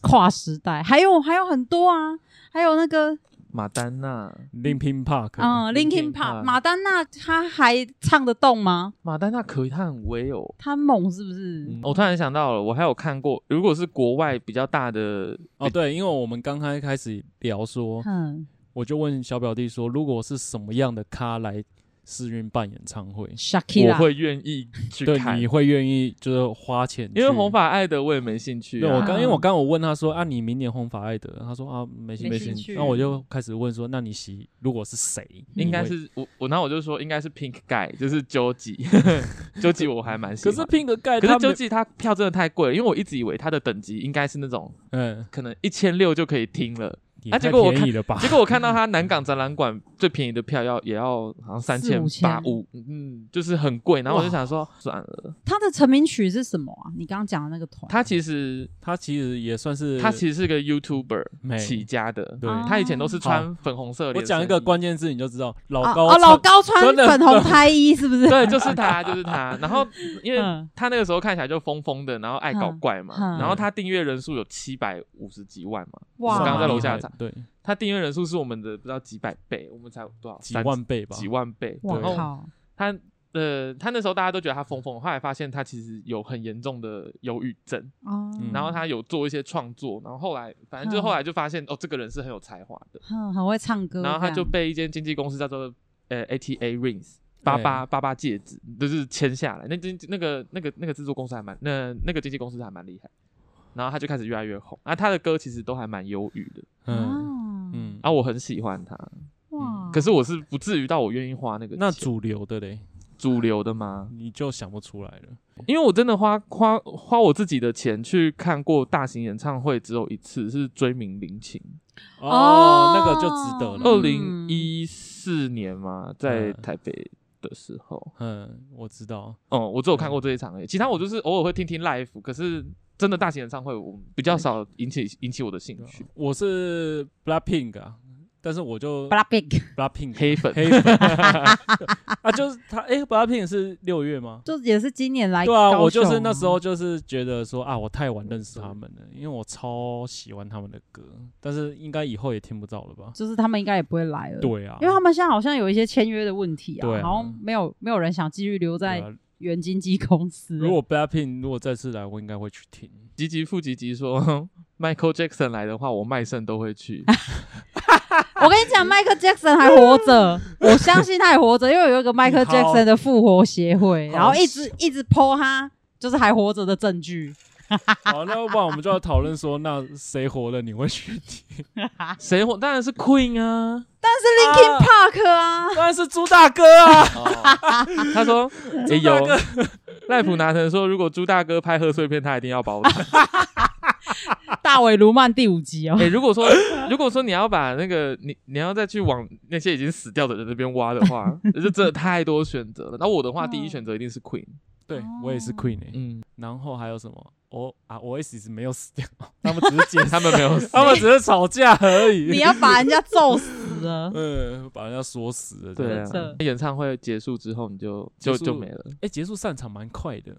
跨时代，还有还有很多啊，还有那个马丹娜， ，Linkin Park，嗯，Linkin Linkin Park， Park 马丹娜，她还唱得动吗？马丹娜可以，她很威哦。她猛是不是？嗯我突然想到了，我还有看过，如果是国外比较大的，哦对，因为我们刚开开始聊说，嗯，我就问小表弟说，如果是什么样的咖来试运办演唱会，我 Shakira，会愿意去对，看你，会愿意就是花钱去？因为红发爱的我也没兴趣对啊。我刚，因为我刚我问他说啊，你明年红法爱德，他说啊，没兴没兴兴趣。趣那我就开始问说，那你喜如果是谁，你应该会。是我我，然后我就说应该是 Pink Guy，就是究 [laughs] 极，究极我还蛮喜可欢是的。拼个盖，可他是没究极他票真的太贵了，因为我一直以为他的等级应该是那种嗯，可能一千六就可以听了，也啊太结果我便看宜了吧 [laughs] 结？果我看到他南港展览馆最便宜的票要也要好像三四千五八千五，嗯，就是很贵。然后我就想说算了，她的成名曲是什么啊？你刚刚讲的那个团，他其实他其实也算是呃他其实是个 YouTuber 没起家的，对。啊他以前都是穿粉红色的我连身衣。讲一个关键字你就知道，老啊高哦，老唱高穿真的粉红胎衣是不是？对，就是他，就是他。然后因为 [laughs] 嗯他那个时候看起来就疯疯的，然后爱搞怪嘛。嗯嗯然后他订阅人数有七百五十几万嘛，哇我刚刚在楼下蛮厉害查的，对，他订阅人数是我们的不知道几百倍，我们才多少几三万倍吧，几万倍。我然后靠，他呃，他那时候大家都觉得他疯疯，后来发现他其实有很严重的忧郁症，哦，嗯然后他有做一些创作，然后后来反正就嗯后来就发现哦，这个人是很有才华的，哼很会唱歌这然样，后他就被一间经纪公司叫做呃 ATA Rings 八八八八戒指，就是签下来。那经那个那个那个制作公司还蛮那那个经纪公司还蛮厉害，然后他就开始越来越红。啊，他的歌其实都还蛮忧郁的，嗯嗯嗯。啊，我很喜欢他，哦哇，可是我是不至于到我愿意花那个那钱主流的嘞，主流的吗？你就想不出来了。因为我真的花花花我自己的钱去看过大型演唱会只有一次，是追名林琴，哦那个就值得了。哦二零一四年嘛，在台北的时候。嗯，我知道。嗯，我只有看过这一场而已，其他我就是偶尔会听听 live，可是真的大型演唱会我比较少引起引起我的兴趣。我是 Blackpink 啊，但是我就 Blackpink Blackpink 黑粉，黑粉 [laughs] 啊，就是他哎、b l a c k p i n k 是六月吗？就也是今年来对啊，高我就是雄那时啊候就是觉得说啊，我太晚认识他们了，嗯因为我超喜欢他们的歌，但是应该以后也听不到了吧？就是他们应该也不会来了，对啊，因为他们现在好像有一些签约的问题啊，对啊好像没有没有人想继续留对啊在原经纪公司。如果 Blackpink 如果再次来，我应该会去听。吉吉富吉吉说 Michael Jackson 来的话，我卖肾都会去。 [laughs] 我跟你讲，Michael Jackson 还活 [laughs] 着，我 [laughs] 相信他还活着，因为有一个 Michael 好 Jackson 的复活协会，好然后一直一直 po 他就是还活着的证据。 [laughs] 好，那要不然我们就要讨论说，那谁活了你会去 [laughs] 听？谁活当然是 Queen 啊，但是 Linkin Park 啊，当然是猪大哥啊！ [laughs] 他说哎也有赖普拿腾说，如果朱大哥拍贺岁片，他一定要保他。大尾卢曼第五集哦 [laughs] 哎、，如果说如果说你要把那个你你要再去往那些已经死掉的人那边挖的 [laughs] 话，就真的太多选择了。那我的话，嗯第一选择一定是 Queen。对我也是 Queen 欸嗯，然后还有什么？我啊，Oasis 没有死掉，他们只是解 [laughs] 他们没有死， [laughs] 他们只是吵架而 [laughs] 已。。你要把人家揍死了 [laughs] 嗯，把人家说死了。这对样啊子。真的。演唱会结束之后，你就就结束就没了。哎、结束散场蛮快的，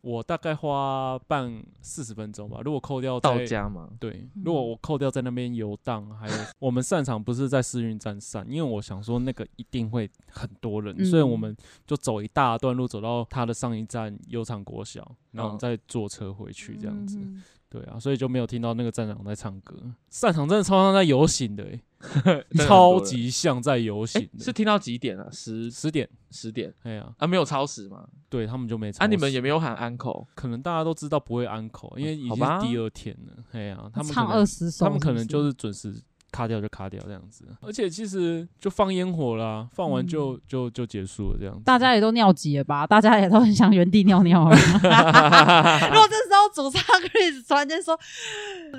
我大概花半四十分钟吧。如果扣掉在到，家嘛，对，如嗯果我扣掉在那边游荡， [laughs] 还有我们散场不是在试运站散，因为我想说那个一定会很多人，所以嗯我们就走一大段路走到他的上一站悠长国小，然后我嗯们再坐车回去这样子。嗯对啊，所以就没有听到那个站长在唱歌，散场真的超像在游行的、欸， [laughs] 真的很多超人级像在游行哎的，是听到几点啊？十十点。十点哎呀，啊，没有超时嘛？对他们就没超啊，你们时也没有喊 uncle，可能大家都知道不会安口，因为已好经吧是第二天了。哎呀、他们可唱二能十首，他们可能就是是准时卡掉就卡掉这样子，啊嗯而且其实就放烟火啦，放完就、就就结束了这样 [laughs] 子。大家也都尿急了吧？大家也都很想原地尿尿了。 [laughs] 如果这时候主唱 Chris 突然间说：“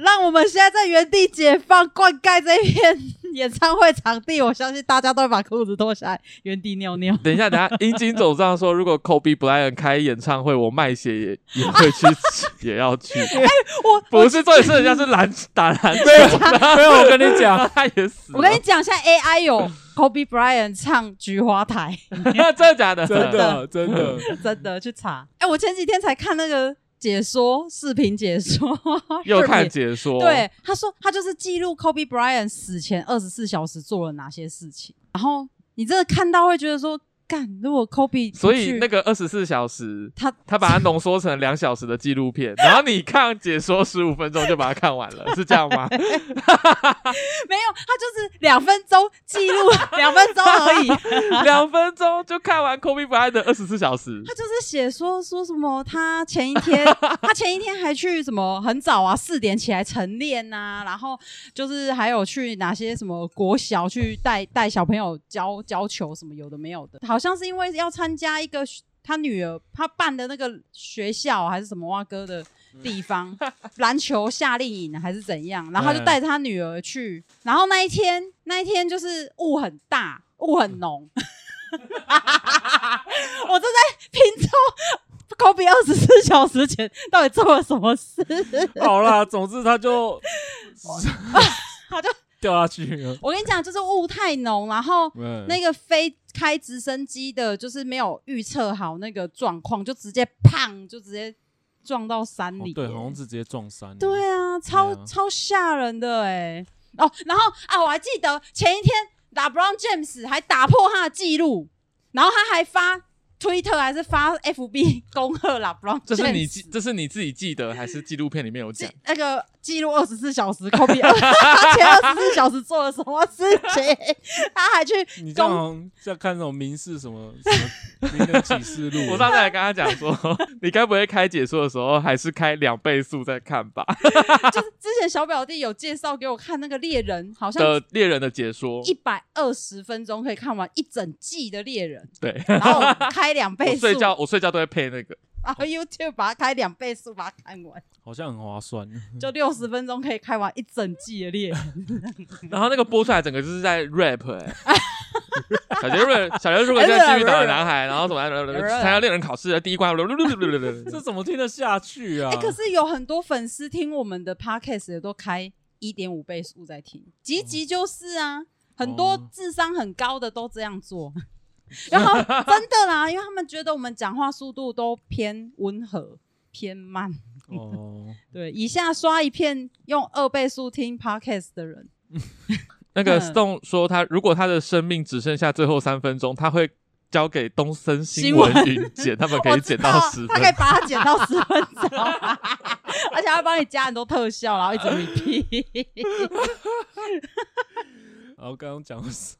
让我们现在在原地解放，灌溉这一片演唱会场地。”我相信大家都会把裤子脱下来，原地尿尿。等一下，等一下，阴茎总账说，如果 Kobe Bryant 开演唱会，我卖血也也会去，也要去。我不是重点是人家是篮打篮球，哎 [laughs] 没有，我跟你 [laughs] 讲，他也死 [laughs] 了。我跟你讲，现在 AI 有 Kobe Bryant 唱《菊花台真的假的？真的真的，》， [laughs] 真 [laughs] 的去查。哎、我前几天才看那个解说视频解说，又视频看解说，对，他说他就是记录 Kobe Bryant 死前二十四小时做了哪些事情，然后你真的看到会觉得说，干，如果 Kobe 所以那个个二十四小时，他他把它浓缩成两小时的纪录片，然后你看解说十五分钟就把它看完 [laughs] 了，是这样吗？没有，他就是两分钟记录两分钟而已， [laughs] 他两分钟就看完 Kobe Bryant 的二十四小时，就是写说说什么他前一天他前一天还去什么很早啊四点起来晨练呐、然后就是还有去哪些什么国小去带带小朋友教教球什么有的没有的，好像是因为要参加一个学他女儿他办的那个学校还是什么哇哥的地方篮球夏令营还是怎样，然后他就嗯带他女儿去，然后那一天那一天就是雾很大，雾很浓， [laughs] 我正在拼凑。科比二十四小时前到底做了什么事？好啦，总之他就 [laughs] 他就 [laughs] 掉下去了。 [laughs] 我跟你讲，就是雾太浓，然后嗯， [laughs] 那个飞开直升机的，就是没有预测好那个状况，就直接砰，就直接撞到山哦里、对，好像是直接撞山了。对啊，超、对啊超吓人的哎、哦，然后啊，我还记得前一天打 Brown James 还打破他的记录，然后他还发 Twitter 还是发 FB 恭贺啦 Brown James，这是你记，这是你自己记得还是纪录片里面有讲记？那个记录二十四小时，Kobe 二 [laughs] 前二十四小时做了什么事情？他还去你这样公好像在看那种民事什么什 [laughs] 么名人启示录。啊嗯我上次还跟他讲说，你该不会开解说的时候还是开两倍速在看吧？就是之前小表弟有介绍给我看那个猎人，好像的猎人的解说，一百二十分钟可以看完一整季的猎 [laughs] 人，对。然后开两倍我速，睡觉，然我睡觉都会配那个。后 YouTube 把它开两倍速把它看完，好像很划算。就六十分钟可以开完一整季的猎人，然后那个播出来，整个就是在 rap [laughs] 哎、小杰瑞，小杰如哎果现在继续打的男孩，然后什么参加猎人考试的第 [laughs] 一关， [laughs] 这怎么听得下去啊？哎、可是有很多粉丝听我们的 Podcast 也都开一点五倍速在听，集集就是啊。很多哦智商很高的都这样做，然后真的啦，因为他们觉得我们讲话速度都偏温和、偏慢。哦，对，以下刷一片用二倍速听 podcast 的人，嗯那个 Stone 说他如果他的生命只剩下最后三分钟，他会交给东森新闻云剪，他们可我以知剪道到十他分可以。把它剪到十分钟，而且他会帮你加很多特效，然后一直 repeat，然后刚刚讲的是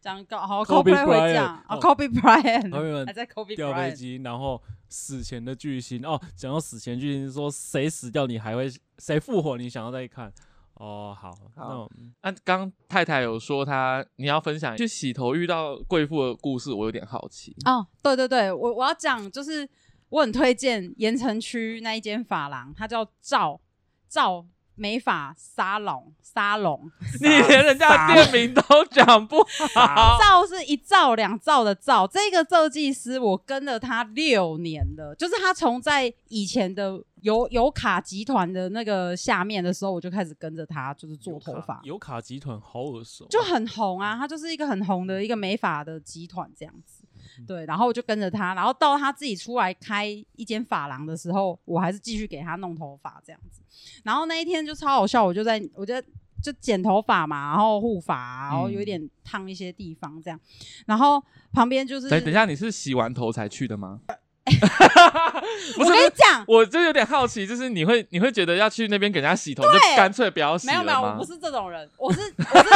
讲搞好 Kobe Kobe 会这样啊 Bryant，哦，Kobe Bryant 有人还在 Kobe 掉飞 Bryant，机，然后死前的巨星哦，讲到死前巨星，说谁死掉你还会谁复活，你想要再看哦，好，那我们啊，刚太太有说她你要分享去洗头遇到贵妇的故事，我有点好 [laughs] 奇。哦，对对对，我我要讲就是我很推荐盐城区那一间发廊，它叫赵赵美发沙龙沙龙， [laughs] 你连人家的店名都讲不好，赵是一兆两兆的兆，这个设计师我跟了他六年了，就是他从在以前的油油卡集团的那个下面的时候，我就开始跟着他，就是做头发，有卡集团好耳熟，就很红啊，他就是一个很红的一个美发的集团这样子。对，然后我就跟着他，然后到他自己出来开一间发廊的时候，我还是继续给他弄头发这样子。然后那一天就超好笑，我就在我就就剪头发嘛，然后护发啊，然后有一点烫一些地方这样。然后旁边就是，等等一下，你是洗完头才去 [laughs] 的吗？不我是，跟你讲，我就有点好奇，就是你会你会觉得要去那边给人家洗头，就对干脆不要洗没了有吗？没有，我不是这种人，我是我是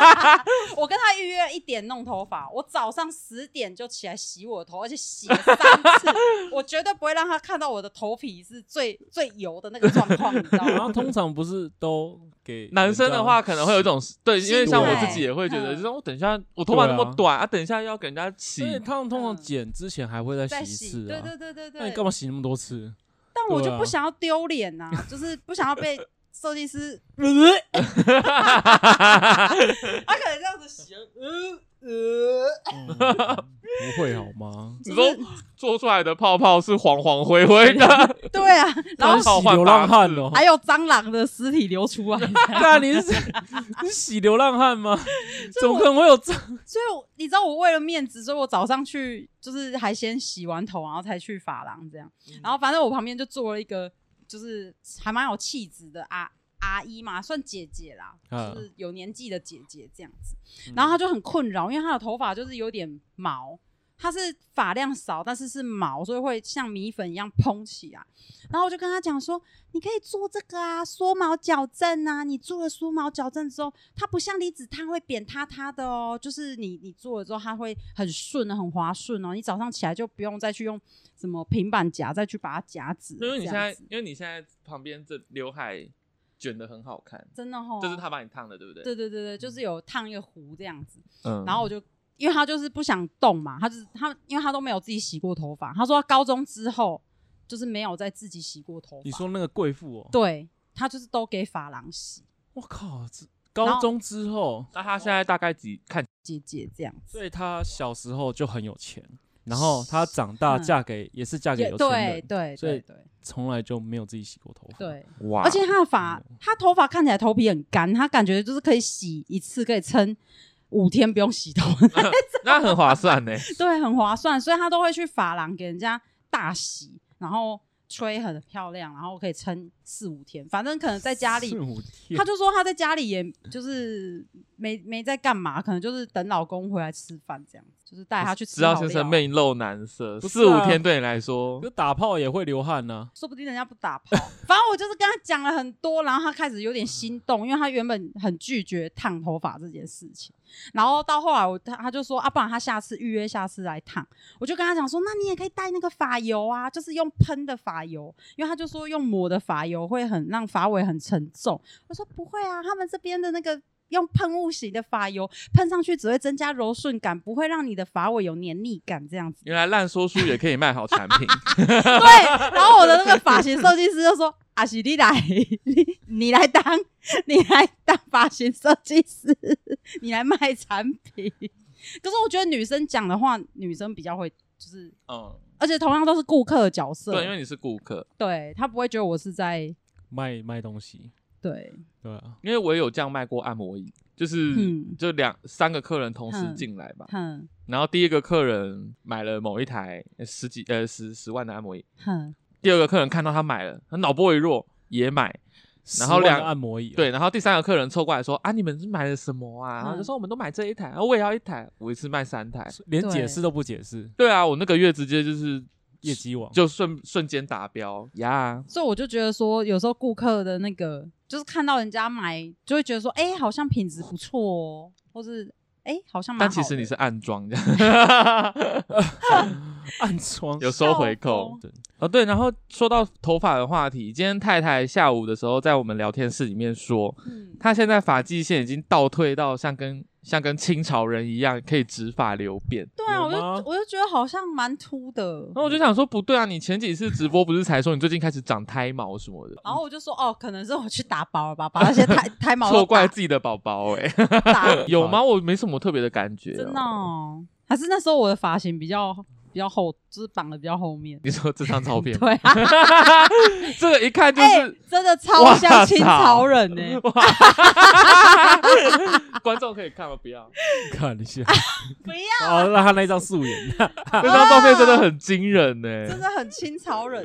[laughs] 我跟他预约一点弄头发，我早上十点就起来洗我的头，而且洗了三次，我绝对不会让他看到我的头皮是最最油的那个状况，你知道然 [laughs] 吗？后通常不是都给男生的话，可能会有一种对，因为心像态我自己也会觉得，嗯就是我等一下我头发那么对啊短啊，等一下要给人家洗人家，所以他们通常剪之前还会再再洗一洗，次对啊，对对对那你对干。嘛洗那么多次？但我就对啊不想要丢脸呐，就是不想要被设计师，他可能这样子洗，呃呃，嗯不会好吗？你就说是做出来的泡泡是黄黄灰 [laughs] 灰的，对啊，然后干洗流浪汉 [laughs] 哦，还有蟑螂的尸体流出来，那你是你是洗流浪汉吗？怎么可能会有这？ [laughs] 所以我你知道我为了面子，所以我早上去就是还先洗完头，然后才去发廊这样。然后反正我旁边就坐了一个就是还蛮有气质的阿阿姨嘛，算姐姐啦，嗯就是有年纪的姐姐这样子。然后她就很困扰，因为她的头发就是有点毛。她是发量少，但是是毛，所以会像米粉一样蓬起来。然后我就跟她讲说，你可以做这个啊，缩毛矫正啊。你做了缩毛矫正之后，它不像离子烫会扁塌塌的哦，就是你你做了之后，它会很顺的，很滑顺哦。你早上起来就不用再去用什么平板夹再去把它夹直。因为你这现样在子因为你现在旁边这刘海卷的很好看，真的吼，这是他把你烫的，对不对？哦对对对对，就是有烫一个弧这样子。嗯然后我就因为他就是不想动嘛，他就是他因为他都没有自己洗过头发，他说他高中之后就是没有再自己洗过头发。你说那个贵妇哦，对，他就是都给发廊洗我靠，这然高后中之后，那他现在大概几看姐姐这样子。所以她小时候就很有钱，然后她长大嗯嫁给也是嫁给也有钱对人，对所以对对从来就没有自己洗过头发。，嗯对，哇而且他的发，他头发看起来头皮很干，他感觉就是可以洗一次，可以撑五天不用洗 [laughs] 头，那很划算呢。对，很划算，所以他都会去发廊给人家大洗，然后吹很漂亮，然后可以撑四五天，反正可能在家里四。五天他就说他在家里也就是没没在干嘛，可能就是等老公回来吃饭这样子，就是带哦他去吃知道好先料生，面露难色，不是四五啊天对你来说 [laughs] 就打炮也会流汗啊呢、说不定人家不打炮。 [laughs] 反正我就是跟他讲了很多，然后他开始有点心动，因为他原本很拒绝烫头发这件事情。然后到后来我他他就说啊，不然他下次预约下次来烫。我就跟他讲说，那你也可以带那个发油啊，就是用喷的发油，因为他就说用抹的发油会很让发尾很沉重。我说不会啊，他们这边的那个。用喷雾型的发油喷上去，只会增加柔顺感，不会让你的发尾有黏腻感这样子。原来烂说书也可以卖好产品， [laughs] 对，然后我的那个发型设计师就说：“阿喜，你来， [laughs] 你你来当， [laughs] 你来当发型设计师，你来卖产品。”可是我觉得女生讲的话，女生比较会，就是 [laughs] 嗯，而且同样都是顾客的角色，对，因为你是顾客，对他不会觉得我是在卖卖东西，对，对啊，因为我也有这样卖过按摩椅，就是嗯就两三个客人同时嗯进来吧，哼然后第一个客人买了某一台呃十几呃十十万的按摩椅，哼，第二个客人看到他买了，他脑波一弱也买，然后10万两个按摩椅、，啊对，然后第三个客人凑过来说啊，你们是买了什么啊？嗯然后就说我们都买这一台，啊我也要一台，我一次卖三台。连对解释都不解释，对啊，我那个月直接就是业绩王就瞬瞬间达标呀。所以我就觉得说，有时候顾客的那个就是看到人家买，就会觉得说：“哎、好像品质不错哦。”或是哎、好像蛮但好的。其实你是暗装这样， [laughs] 暗疮有收回笑扣疯。对哦，对，然后说到头发的话题，今天太太下午的时候在我们聊天室里面说，嗯她现在发际线已经倒退到像跟像跟清朝人一样可以直发留辫。对啊，有我就吗我就觉得好像蛮秃的。然后我就想说，不对啊，你前几次直播不是才说你最近开始长胎毛什么的，然后我就说，哦，可能是我去打包了吧，把那些 [laughs] 胎胎毛错都怪打自己的宝宝 [laughs] 哎，打，有吗？我没什么特别的感觉、真的、。哦，还是那时候我的发型比较比较厚，就是绑的比较后面。你说这张照 [laughs] 片，对啊，这个一看就哎、是真的超哇像清操朝人呢、哎观众可以看吗？不 [laughs] 要，看一下，啊不要，哦，让他那张素颜，那张照片真的很惊人欸呢、啊真的很清朝人，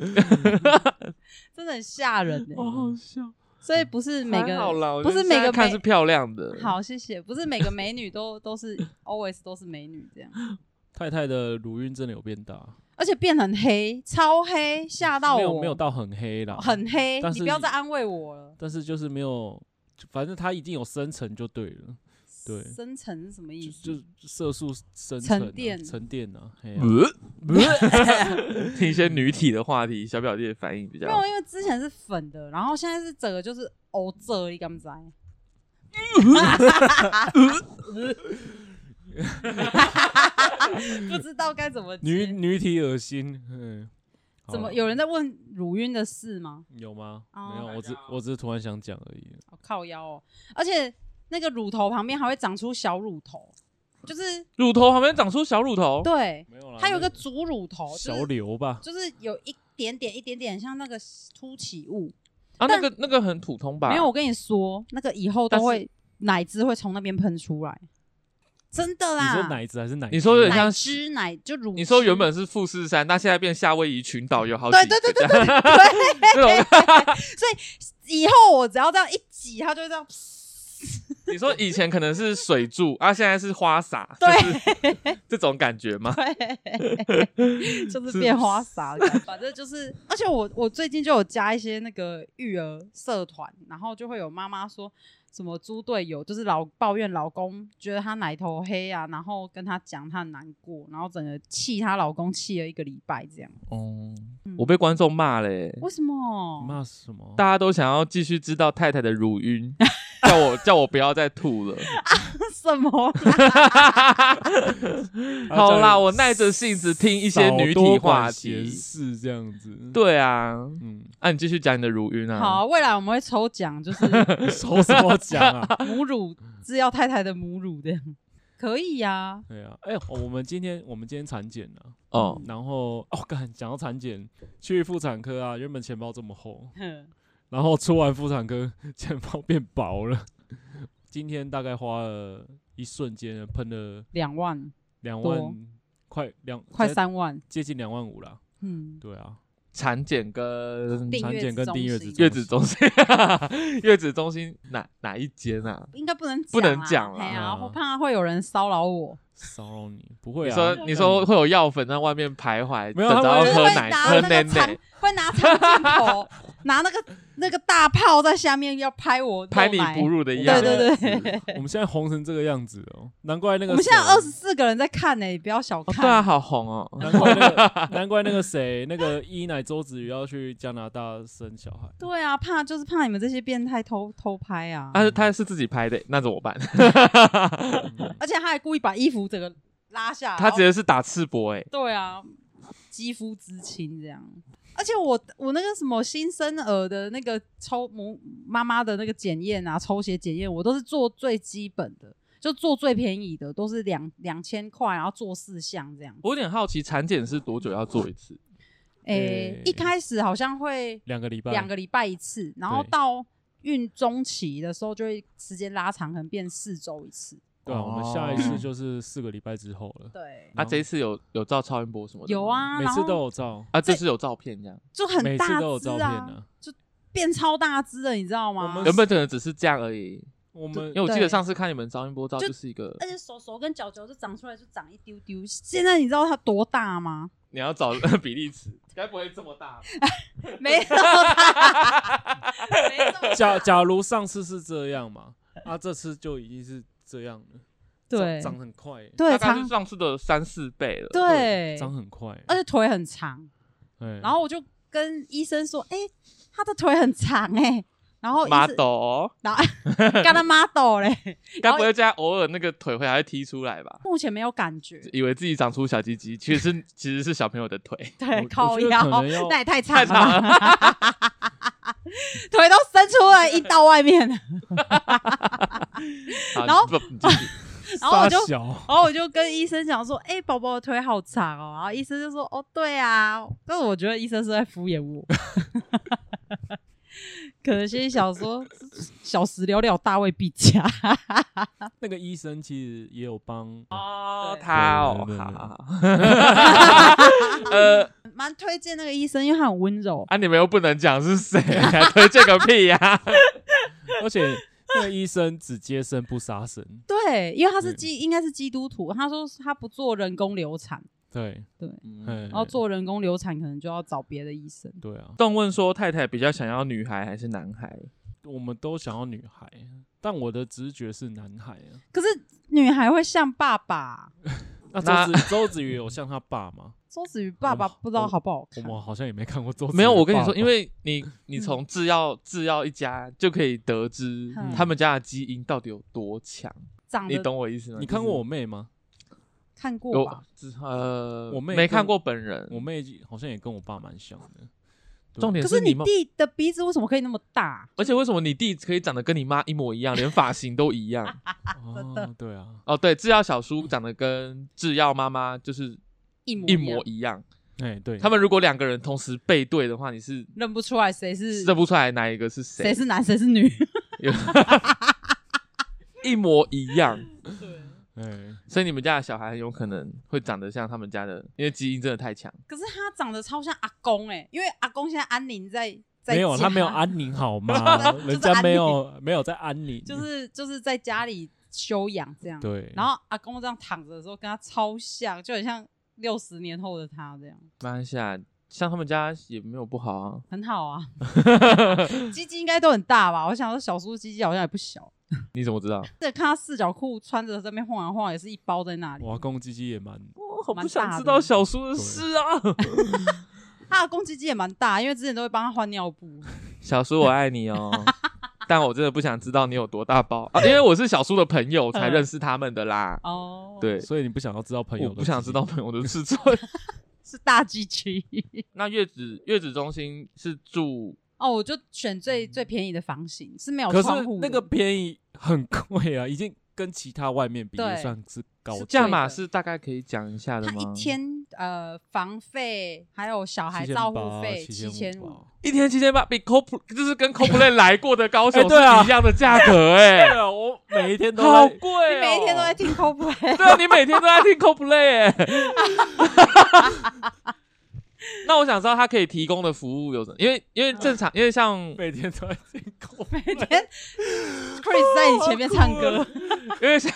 [laughs] 真的很吓人呢、哦，好笑。所以不是每个还好啦，我不觉得是每现在个看美是漂亮的。，好，谢谢。不是每个美女都都是 always 都是美女这样，太太的乳晕真的有变大，而且变很黑，超黑，吓到我，没有没有到很黑啦，很黑。但你是不要再安慰我了。但是就是没有，就反正它一定有深层就对了，对深层是什么意就思？ [laughs] 就色素深沉层啊淀沉淀啊，嘿啊呃， [laughs] 听一些女体的话题，小表弟的反应比较没有，因为之前是粉的，然后现在是整个就是欧这，你敢不知道？ [laughs] 不知道该怎么接女女体恶心，嗯，好怎么了有人在问乳晕的事吗？有吗？哦没有，我只我只是突然想讲而已。好靠腰哦，而且那个乳头旁边还会长出小乳头，就是乳头旁边长出小乳头，对，没有啦，它有个哦那主乳头，就小是瘤吧，就是有一点点一点点像那个凸起物。啊，那个那个很普通吧？没有，我跟你说，那个以后但都是会奶汁会从那边喷出来，真的你说啦。奶子还是奶汁？你说有点像奶汁奶就乳汁，你说原本是富士山，那现在变夏威夷群岛，有好几对对对对对对， [laughs] 这种以后我只要这样一挤，它就会这样。你说以前可能是水柱啊，现在是花洒，就是 [laughs] 这种感觉吗？ [laughs] 就是变花洒了，反正就是，而且我我最近就有加一些那个育儿社团，然后就会有妈妈说什么猪队友，就是老抱怨老公觉得她奶头黑啊，然后跟她讲她很难过，然后整个气她老公气了一个礼拜这样。哦，我被观众骂嘞、为什么？骂什么？大家都想要继续知道太太的乳晕，叫我叫我不要再吐了。什 [laughs] 么啦？好啊啦，我耐着性子听一一些女体话闲题。事这样子。，对啊，嗯，啊，你继续讲你的乳晕啊。好啊，未来我们会抽奖，就是 [laughs] 收什么讲啊？母乳制药太太的母乳这样，可以呀、 [laughs] 对啊，哎、我们今天我们今天产检了、哦，然后哦，干讲到产检，去妇产科啊，原本钱包这么厚，哼然后出完妇产科， [laughs] 钱包变薄了。今天大概花了一瞬间喷了两万两多万，快两快接三万，接近两万五啦。嗯，对啊，产检跟订产阅检跟中订阅心子月子中心， [laughs] 月子中心哪哪一间啊？应该不能不能讲讲啦啦哎呀，嗯我怕会有人骚扰我，骚扰你，不会你啊？说你说会有药粉在外面徘徊，没有等着他要们喝会奶拿喝那奶个长奶，会拿长镜 [laughs] 头，拿那个那个大炮在下面要拍我拍露你奶哺乳的我一们样。对对对现在， [laughs] 我们现在红成这个样子哦，难怪那个我们现在谁二十四个人在看呢、你不要小哦看。对啊，好红哦。难怪那个 [laughs] 难怪那个谁，那个一奶周子瑜要去加拿大生小孩。对啊，怕就是怕你们这些变态偷偷拍啊，他是他是自己拍的，那怎么办？而且他还故意把衣服整个拉下来，他然后直接是打赤膊哎，对啊，肌肤之亲这样。而且我我那个什么新生儿的那个抽母妈妈的那个检验啊，抽血检验，我都是做最基本的，就做最便宜的，都是两两千块，然后做四项这样。我有点好奇，产检是多久要做一次？诶、诶一开始好像会两个礼拜，两个礼拜一次，然后对到孕中期的时候就会时间拉长，可能变四周一次。对啊，哦我们下一次就是四个礼拜之后了。对，啊，这一次有有照超音波什么的？有，啊，每然次都后有照，啊，这次有照片这样。就很每次大都有只照片啊啊，就变超大只了，你知道吗我？们原本可能只是这样而已，我因们为我记对得上次看你们超音波照就呃就是一个，而且手手跟脚脚就长出来，就长一丢丢。现在你知道它多大吗？你要找 [laughs] 比例尺，该不会这么大吧？ [laughs] 没这么大，没这么大假假如上次是这样嘛，啊，这次就已经是这样了。对长长很快耶，对大概长是上次的三四倍了。对，长很快耶，而且腿很长。哎然后我就跟医生说：“哎、他的腿很长哎、然后医生，model，哦然后 [laughs] 跟他妈抖嘞，该哦不会在偶尔那个腿会还会踢出来吧？目前没有感觉。以为自己长出小鸡鸡，其实是其实是小朋友的腿。对，我靠我觉得可腰能要，那也太长太了长吧，了， [laughs] 腿都伸出来一到外面了。好然后不你继续然后我就沙小然后我就跟医生讲说：“哎、宝宝的腿好长哦。”然后医生就说：“哦，对啊。”但是我觉得医生是在敷衍我， [laughs] 可能心里想说：“小时了了，大未必佳。那个医生其实也有帮，哦，对他哦，对对对好好，好呃，”蛮推荐那个医生，因为他很温柔。啊，你们又不能讲是谁，还 [laughs] 推荐个屁呀！ [laughs] 而且那个医生只接生不杀生，对，因为他是对基，应该是基督徒。他说他不做人工流产，对，嗯哎然后哦做人工流产可能就要找别的医生。对啊，动问说太太比较想要女孩还是男孩？我们都想要女孩，但我的直觉是男孩啊。可是女孩会像爸爸，那那周子周子瑜有像他爸吗？周子瑜爸哦爸我不知道好不好我看。们好像也没看过周子瑜没有，我跟你说，爸爸因为你你从制药制药一家就可以得知嗯他们家的基因到底有多强，长你得懂我意思吗？你看过我妹吗？看就是过吧有？只呃，我妹没跟看过本人，我妹好像也跟我爸蛮像的。对重点可是你你妈，弟的鼻子为什么可以那么大？而且为什么你弟可以长得跟你妈一模一样，连发型都 [laughs] 一样？真的哦，对啊，哦，对，制药小叔长得跟制药妈妈就是一模一样模一样。哎，对，他们如果两个人同时背对的话，你是认不出来谁是认不出来哪一个是谁谁，是男谁是女。 [laughs] 有一模一样。哎，所以你们家的小孩很有可能会长得像他们家的，因为基因真的太强。可是他长得超像阿公哎、因为阿公现在安宁在在没有，家 [laughs] 他没有，安宁好就是吗安？宁人家没有没有在安宁，就是就是在家里休养这样。对，然后阿公这样躺着的时候，跟他超像，就很像六十年后的他这样，马来西亚啊像他们家也没有不好啊，很好 [laughs] 啊。鸡鸡应该都很大吧？我想说小叔鸡鸡好像也不小。你怎么知道？这看他四角裤穿着在那边晃来晃，也是一包在那里。我阿公鸡鸡也蛮，我好蛮大的不想知道小叔的事啊！他的公鸡鸡也蛮大，因为之前都会帮他换尿布。小叔，我爱你 [laughs] 哦。但我真的不想知道你有多大包啊，因为我是小叔的朋友才认识他们的啦。哦，，对，所以你不想要知道朋我友的，不想知道，朋友的尺寸。是大鸡鸡。 [laughs] 那月子月子中心是住哦，我就选最最便宜的房型，是没有可是窗户的那个便宜很贵啊，已经跟其他外面比对也算是高是价，价码是大概可以讲一下的他吗？一天呃房费还有小孩照护费七千五， 7500。一天七千八，比 c o p 就是跟 c o p l a y 来过的高手哎是对啊一样的价 [laughs] 格哎、对啊，我每一天都好在贵、哦！你每一天都在听 CoPlay，对啊，你每天都在听 CoPlay 哎、 [laughs] 那我想知道他可以提供的服务有什么？因为因为正常，因为像每天都在听 [laughs] 狗。每天 Chris 在你前面唱歌，因为像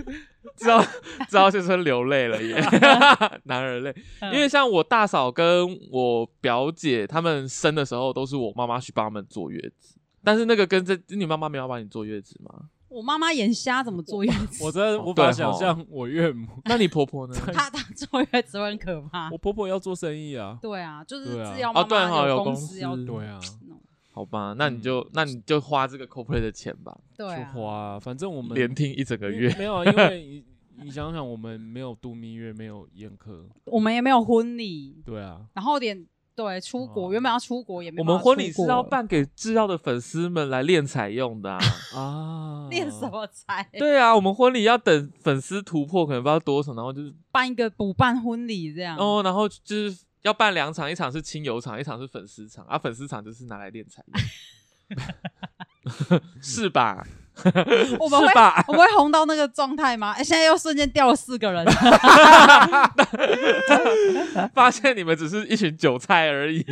[laughs] 知道知道先生流泪了耶， [laughs] 男儿泪。嗯因为像我大嫂跟我表姐他们生的时候，都是我妈妈去帮他们坐月子。但是那个跟这你妈妈没有帮你坐月子 [laughs] 吗？我妈妈眼瞎怎么坐月我子？真的无法想象我岳母，那你婆婆呢？她她坐月子会很可怕我。婆婆要做生意啊。对啊，就是对啊只要哦妈对哈妈有公公司要对啊，弄，好吧，那你就、那你就花这个 CoPlay 的钱吧，对就啊，花啊，反正我们连听一整个月。没有啊，因为你你想想，我们没有度蜜月，没有眼科，我们也没有婚礼，对啊，然后连对出国哦原本要出国也没我办法们婚礼出是国要办给制药的粉丝们来练彩用 [laughs] 的啊。啊，练什？么才对啊，我们婚礼要等粉丝突破，可能不知道多少，然后就是办一个补办婚礼这样？哦，然后就是要办两场，一场是亲友场，一场是粉丝场啊。粉丝场就是拿来练才 [laughs] 用，是吧？我们会是吧我们会红到那个状态吗？哎、现在又瞬间掉了四个人，发现你们只是一群韭菜而已。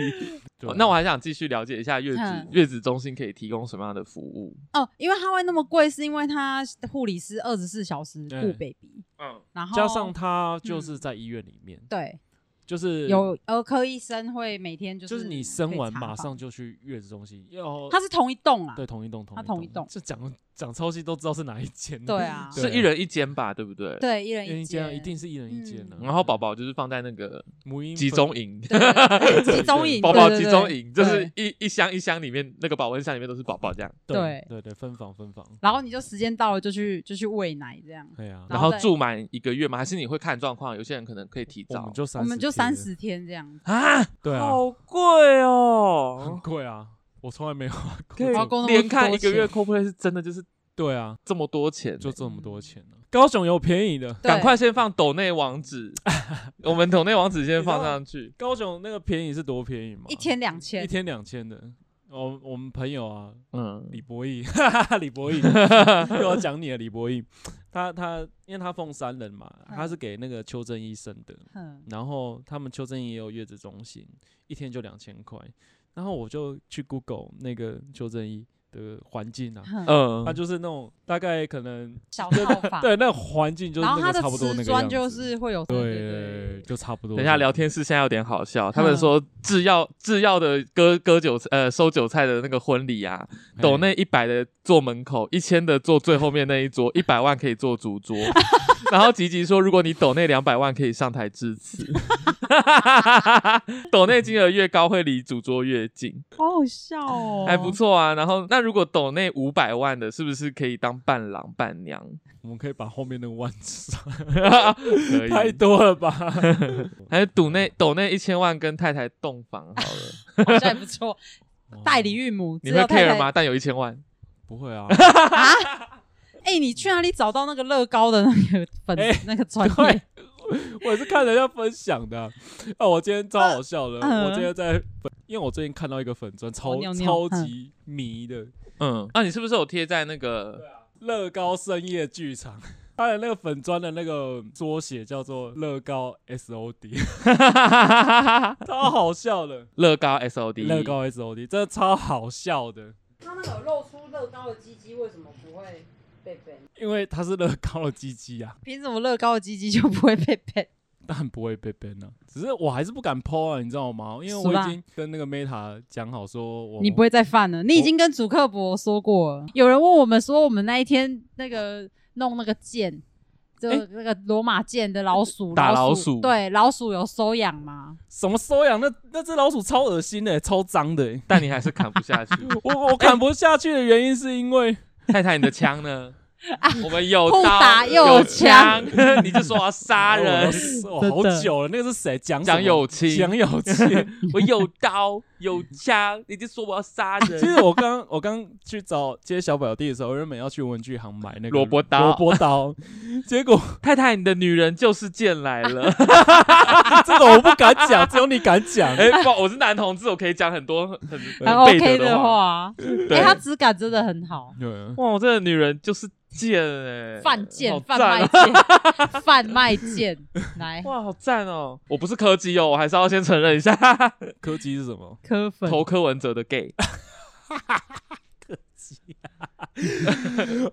对啊哦那我还想继续了解一下月子、嗯月子中心可以提供什么样的服务。哦，因为它会那么贵，是因为它护理师二十四小时顾对 baby，嗯，然后嗯加上他就是在医院里面，对就是有儿科医生会每天就就是是你生完可以查马房，上就去月子中心，要它是同一栋啦，啊对同一栋同它同一栋这讲讲超细都知道是哪一间。对啊对是一人一间吧，对不对？。对，一人一人一间啊，间，嗯一定是一人一间啊。然后宝宝就是放在那个母婴集分中营，对对对集中营，宝宝对集中，营，就对是一一箱一箱里面那个保温箱里面都是宝宝这样，对对对对，分房分房。然后你就时间到了就去就去喂奶这样。对啊，然然后后再住满一个月吗？还是你会看状况？有些人可能可以提我早们就三，我们就三，十天这样，啊，对啊，好贵很哦。贵啊，我从来没有花过可 [laughs] 这花种。工以那么连看多一个月钱 CoPlay 是真的就是对啊，这么多钱欸，就这么嗯多钱啊。高雄有便宜的，对赶快先放抖内网 [laughs] 址，我们抖内网址先放上去。高雄那个便宜是多便宜吗？一天两千一，天两千的。我我们朋友啊，嗯，李 [laughs] 博义，哈哈哈，李博义又要讲你了，李博义，他他因为他奉三人嘛，他是给那个邱正医生的，嗯，然后他们邱正义也有月子中心，一天就两千块，然后我就去 Google 那个邱正义的环境啊，哼嗯他就是那种大概可能小套 [laughs] 房，对那个环境就是啊然后那它个的差不多那瓷个样砖子，就是会有，对对对，就差不多。等一下聊天室现在有点好笑，嗯他们说制药制药的割割韭菜呃收韭菜的那个婚礼啊，嘿抖内一百的坐门口，一千的坐最后面那一桌，一百万可以坐主桌。然后吉吉说，如果你抖内两百万可以上台致辞， [laughs] 抖内金额越高会离主桌越近，好好笑 [laughs] 哦，还不错啊。然后那如果抖内五百万的，是不是可以当伴郎伴娘？我们可以把后面那个弯吃上，可以，太多了吧？还是赌内抖内一千万跟太太洞房好了。好像也不错。代理孕母，你知会道啊太 care 太吗？？但有一千万，不 [laughs] 会啊，哎，你去哪里找到那个乐高的那个哎粉那个专对业？，我是看人家分享的啊。啊我今天超好笑的，嗯我今天在粉，因为我最近看到一个粉砖超哦尿超尿级迷的嗯，啊，你是不是有贴在那个？乐高深夜剧场。它的那个粉砖的那个缩写叫做乐高 SOD，超好笑的。 [laughs] 乐高 SOD，乐高 SOD 真的超好笑的，他那个露出乐高的鸡鸡，为什么不会被 ban？因为它是乐高的鸡鸡啊，凭什么乐高的鸡鸡就不会被 ban？但不会被 ban 啊。只是我还是不敢 PO 啊，你知道吗？因为我是已吧经跟那个 Meta 讲好说我，你不会再犯了。你已经跟主克伯说过了。有人问我们说，我们那一天那个弄那个剑，就诶那个罗马剑的老鼠，打老鼠鼠，对，老鼠有收养吗？什么收养？那那只老鼠超恶心的、超脏的、但你还是砍不下去。我我看不下去的原因是因为 [laughs] 太太，你的枪呢？我们有啊互刀打又有有枪， [laughs] 你就说我要杀人， [laughs] 哦我真好的久了，那个是谁？蒋讲什么友情 [laughs] 蒋友清。我有刀有枪，你就说我要杀其人。实我刚我刚去找接小表弟的时候，我原本要去文具行买那个萝卜刀萝卜刀，结果太太，你的女人就是剑来 [laughs] 了。这个我不敢讲，只有你敢讲。哎，不，我是男同志，我可以讲很多很很很呃背 OK 德的的话。话，哎、 [laughs] 对它质感真的很好。 [laughs] 对，啊哇，我这个女人就是贱哎，犯贱好，贩赞卖 [laughs] 哦 [laughs] 贱，贩卖贱，来哇，好赞哦！我不是柯基哦，我还是要先承认一下，柯基是什么？磕粉。投柯文哲的 gay。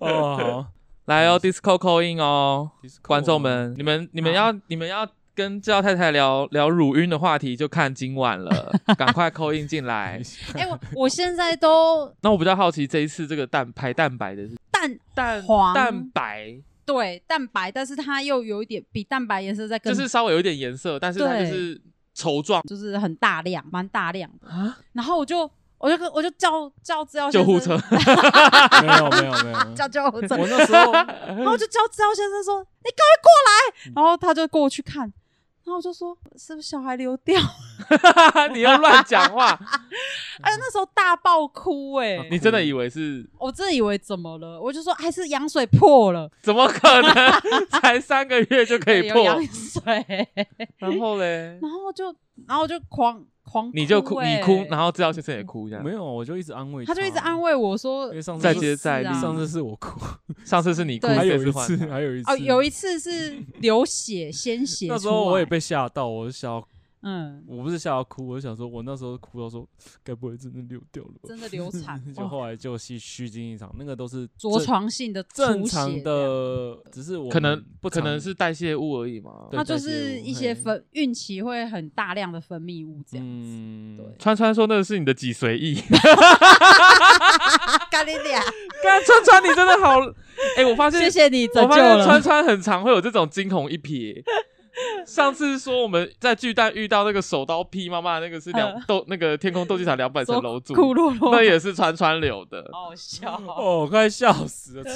哦，来哦，Disco call in 哦，好，观众们，你 [laughs] 们你们要你们要跟知道太太聊聊乳晕的话题，就看今晚了，赶快 call in 进 [laughs] 来。哎、我我现在都那我比较好奇这一次这个蛋排蛋白的是蛋蛋黄蛋白，对蛋白，但是它又有一点比蛋白颜色再更，就是稍微有一点颜色，但是它就对是稠状。就是很大量，蛮大量的。啊！然后我就我就跟我就叫叫资料救先生护车， [laughs] 哎没有没有 [laughs] 没有，叫救护车，我那 [laughs] 时候然后我就叫资料先生说：“你赶快过来。”然后他就过去看，然后我就说：“是不是小孩流掉？”你又乱讲 [laughs] 话， [laughs] 哎呀，那时候大爆哭哎、啊你真的以为是？我真的以为怎么了，我就说还是羊水破了，怎么可能？ [laughs] 才三个月就可以有破？羊水， [laughs] 然后嘞，然后就然后就狂狂、你就哭，你哭，然后后知道先生也哭，这样没。有，我就一直安慰他就一直安慰，慰我说因为上次再是接再厉是啊上次是我哭，上次是你哭，对还这有次一换次啊他。还有一次哦，有一次是流血鲜血出来，那时候我也被吓到，我就吓到，嗯，我不是吓到哭，我就想说，我那时候哭到说，该不会真的流掉了吧？，真的流产 [laughs] 哦就后来就虚虚惊一场，那个都是着正床性的正出常血这样的，只是我可能不不可能是代谢物而已嘛。对它就代谢是物一些嘿分孕期会很大量的分泌物这样子。嗯对 [laughs] 川川说那个是你的脊髓液，啊干你俩，干川川，你真的 [laughs] 好， [laughs] 哎、我发现谢谢你我拯发救现川了。川很常会有这种惊鸿一瞥。上次说我们在巨蛋遇到那个手刀劈妈妈，那个是两嗯斗、那个天空斗技场两百层说楼主，苦落落，那也是川川流的。好好笑哦。哦，我快 [laughs] 笑死 [laughs] 了。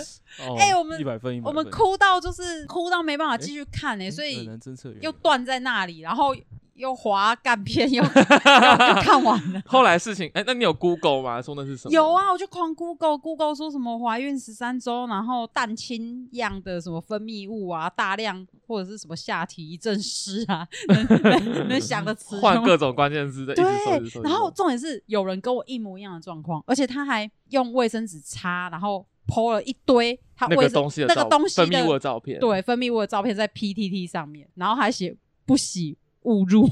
哦，哎我们一百分，一百分，我们哭到就是哭到没办法继续看呢、哎，所以很难侦测原又因断在那里，然后又滑干片，又 [laughs] 又又看完 [laughs] 了。后来事情，哎、那你有 Google 吗？说那是什么？有，啊，我就狂 Google Google 说什么怀孕十三周，然后蛋清样的什么分泌物啊，大量或者是什么下体一阵湿啊， [laughs] 能能能想的词换全部各种关键字的，一直搜，一直搜。对，然后一直重点是有人跟我一模一样的状况，而且他还用卫生纸擦，然后剖了一堆他搜那个卫生东西的那个照东西分的泌物的照片，，对分泌物的照片在 PTT 上面，然后还写不喜勿入，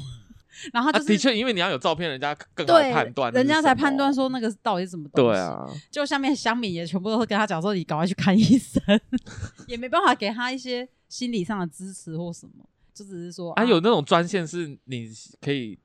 然后啊，他就是、的确，因为你要有照片，人家更好对判断，人家才判断。说那个到底是什么东西。对，啊，就下面乡民也全部都会跟他讲说，你赶快去看医生， [laughs] 也没办法给他一些心理上的支持或什么，就只是说啊，有那种专线是你可以，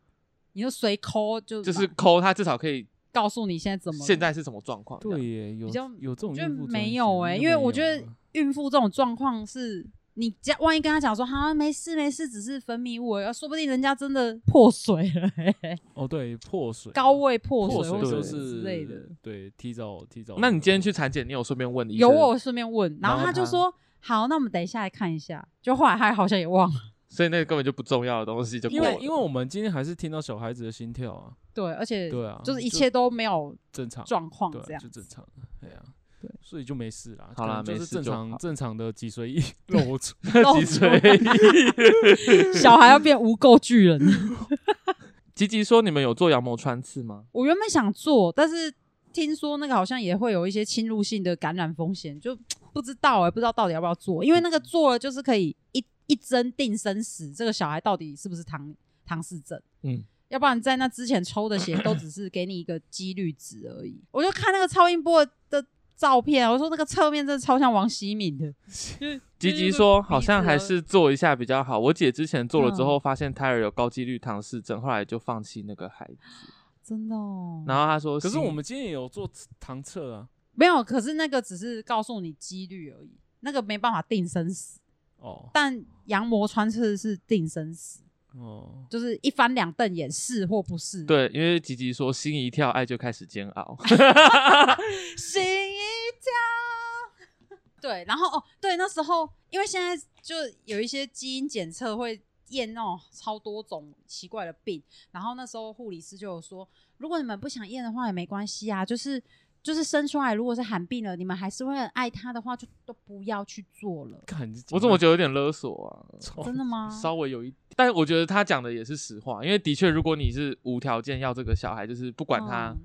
你就随抠就就是抠它，至少可以告诉你现在怎么了现在是什么状况。对耶，有比较有这种我觉得孕妇专没线有哎、应因该为没我有啊觉得吧孕妇这种状况是。你家万一跟他讲说，哈，没事没事，只是分泌物而已，说不定人家真的破水了、欸，哦，对，破水高位破破水水或就者对什么是之类的。，对，提早提早。那你今天去产检，你有顺便问医生？有我顺便问，然然后后他就他说，好，那我们等一下来看一下。就后来他好像也忘了，所以那个根本就不重要的东西就过因了。为因为我们今天还是听到小孩子的心跳啊，对，而且对啊就是一就切都没有正常，状况对啊，这样就正常，哎呀、对所以就没事啦。好啦可能就没是事正就常好正常的脊髓 [laughs] 液露出。露脊出 [laughs] 髓。小孩要变无垢巨 [laughs] 人。吉吉说：“你们有做羊膜穿刺吗我原本想做，但是听说那个好像也会有一些侵入性的感染风险，就不知道哎、不知道到底要不要做，因为那个做了就是可以一一针定生死，这个小孩到底是不是唐唐氏症？嗯嗯。要不然在那之前抽的血都只是给你一个几率值而已。我就看那个超音波的照片，我说那个侧面真的超像王希敏的。？”吉吉就是说：“鼻好子啊像嗯还而是做一下比较好。我姐之前做了之后，发现胎儿有高几率唐氏症，后来就放弃那个孩子。真的哦，然后她说，可是心我们今天也有做糖测啊，没有，可是那个只是告诉你几率而已，那个没办法定生死。哦但羊膜穿刺是定生死，哦，就是一翻两瞪眼，是或不是。，对，因为吉吉说心一跳，爱就开始煎熬。 [laughs] 心一跳。 [laughs] 对，然后哦，对，那时候因为现在就有一些基因检测会验那种超多种奇怪的病，然后那时候护理师就有说，如果你们不想验的话也没关系啊，就是就是生出来如果是寒病了，你们还是会很爱他的话，就都不要去做了。看我怎么觉得有点勒索啊？得真的吗？稍微有一，但我觉得他讲的也是实话，因为的确，如果你是无条件要这个小孩，就是不管他，嗯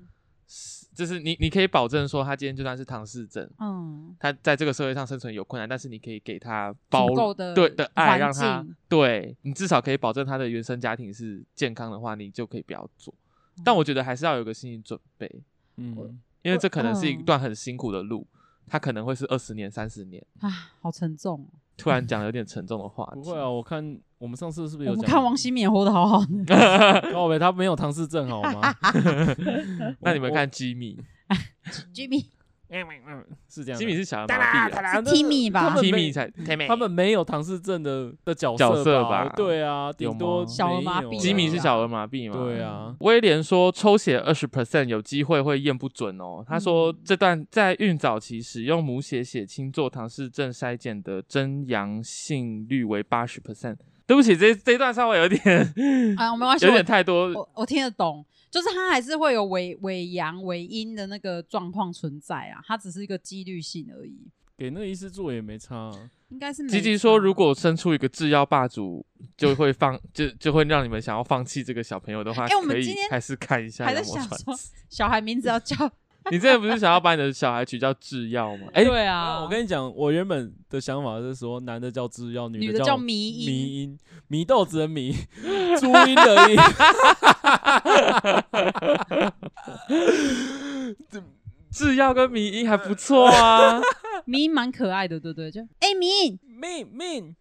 是就是你你可以保证说，他今天就算是唐氏症，嗯，他在这个社会上生存有困难，但是你可以给他包足够的对的爱，环让他境对你至少可以保证他的原生家庭是健康的话，你就可以不要做。但我觉得还是要有个心理准备，嗯，因为我这可能是一嗯嗯段很辛苦的路，他可能会是二十年、三十年。啊，好沉重哦。突然讲有点沉重的话不题会，啊，我看我们上次是不是我有们讲？看王新敏活得好好的， [laughs] 高伟他没有唐氏症好 [laughs] 吗？那你们看吉米， Jimmy 是这样吉的，米是小儿麻痹啊是 Timmy 吧他们没吉米才他们没有唐氏症的的角角色吧？吧对啊，有顶多吗小儿麻没有痹啦吉米是小儿麻痹嘛？对啊，威廉说，抽血二十 percent 有机会会验不准哦。他嗯说，这段在孕早期使用母血血清做唐氏症筛检的真阳性率为八十 percent。对不起，这这一段稍微有 [laughs] 点啊，没关系，有我点太多。我我听得懂，就是他还是会有伪伪阳、伪阴的那个状况存在啊，它只是一个几率性而已，给那个医师做也没差、啊。应该是没吉吉说，差如果生出一个制药霸主，就会放 [laughs] 就就会让你们想要放弃这个小朋友的话，哎我们可以今天还是看一下还在让我想传说小孩名字要叫，你之前不是想要把你的小孩取叫制药吗？ [laughs] 哎、对啊啊，我跟你讲，我原本的想法是说，男的叫制药，女的的叫叫迷因迷音，迷豆子的迷， [laughs] 朱茵的茵，制药跟迷音还不错啊。迷蛮可爱的，对不对？就哎迷，命命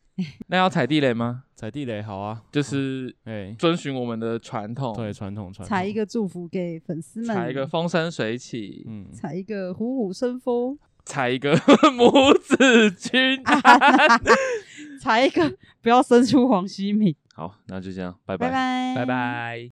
那要踩地雷吗？踩地雷好啊，就是哎、遵循我们的传统，对，传统传统，采一个祝福给粉丝们，嗯踩一个风生水起，嗯，采一个虎虎生风，踩一个 [laughs] 母子军团。 [laughs] 才一个不要生出黄希敏。好，那就这样，拜拜拜，拜拜。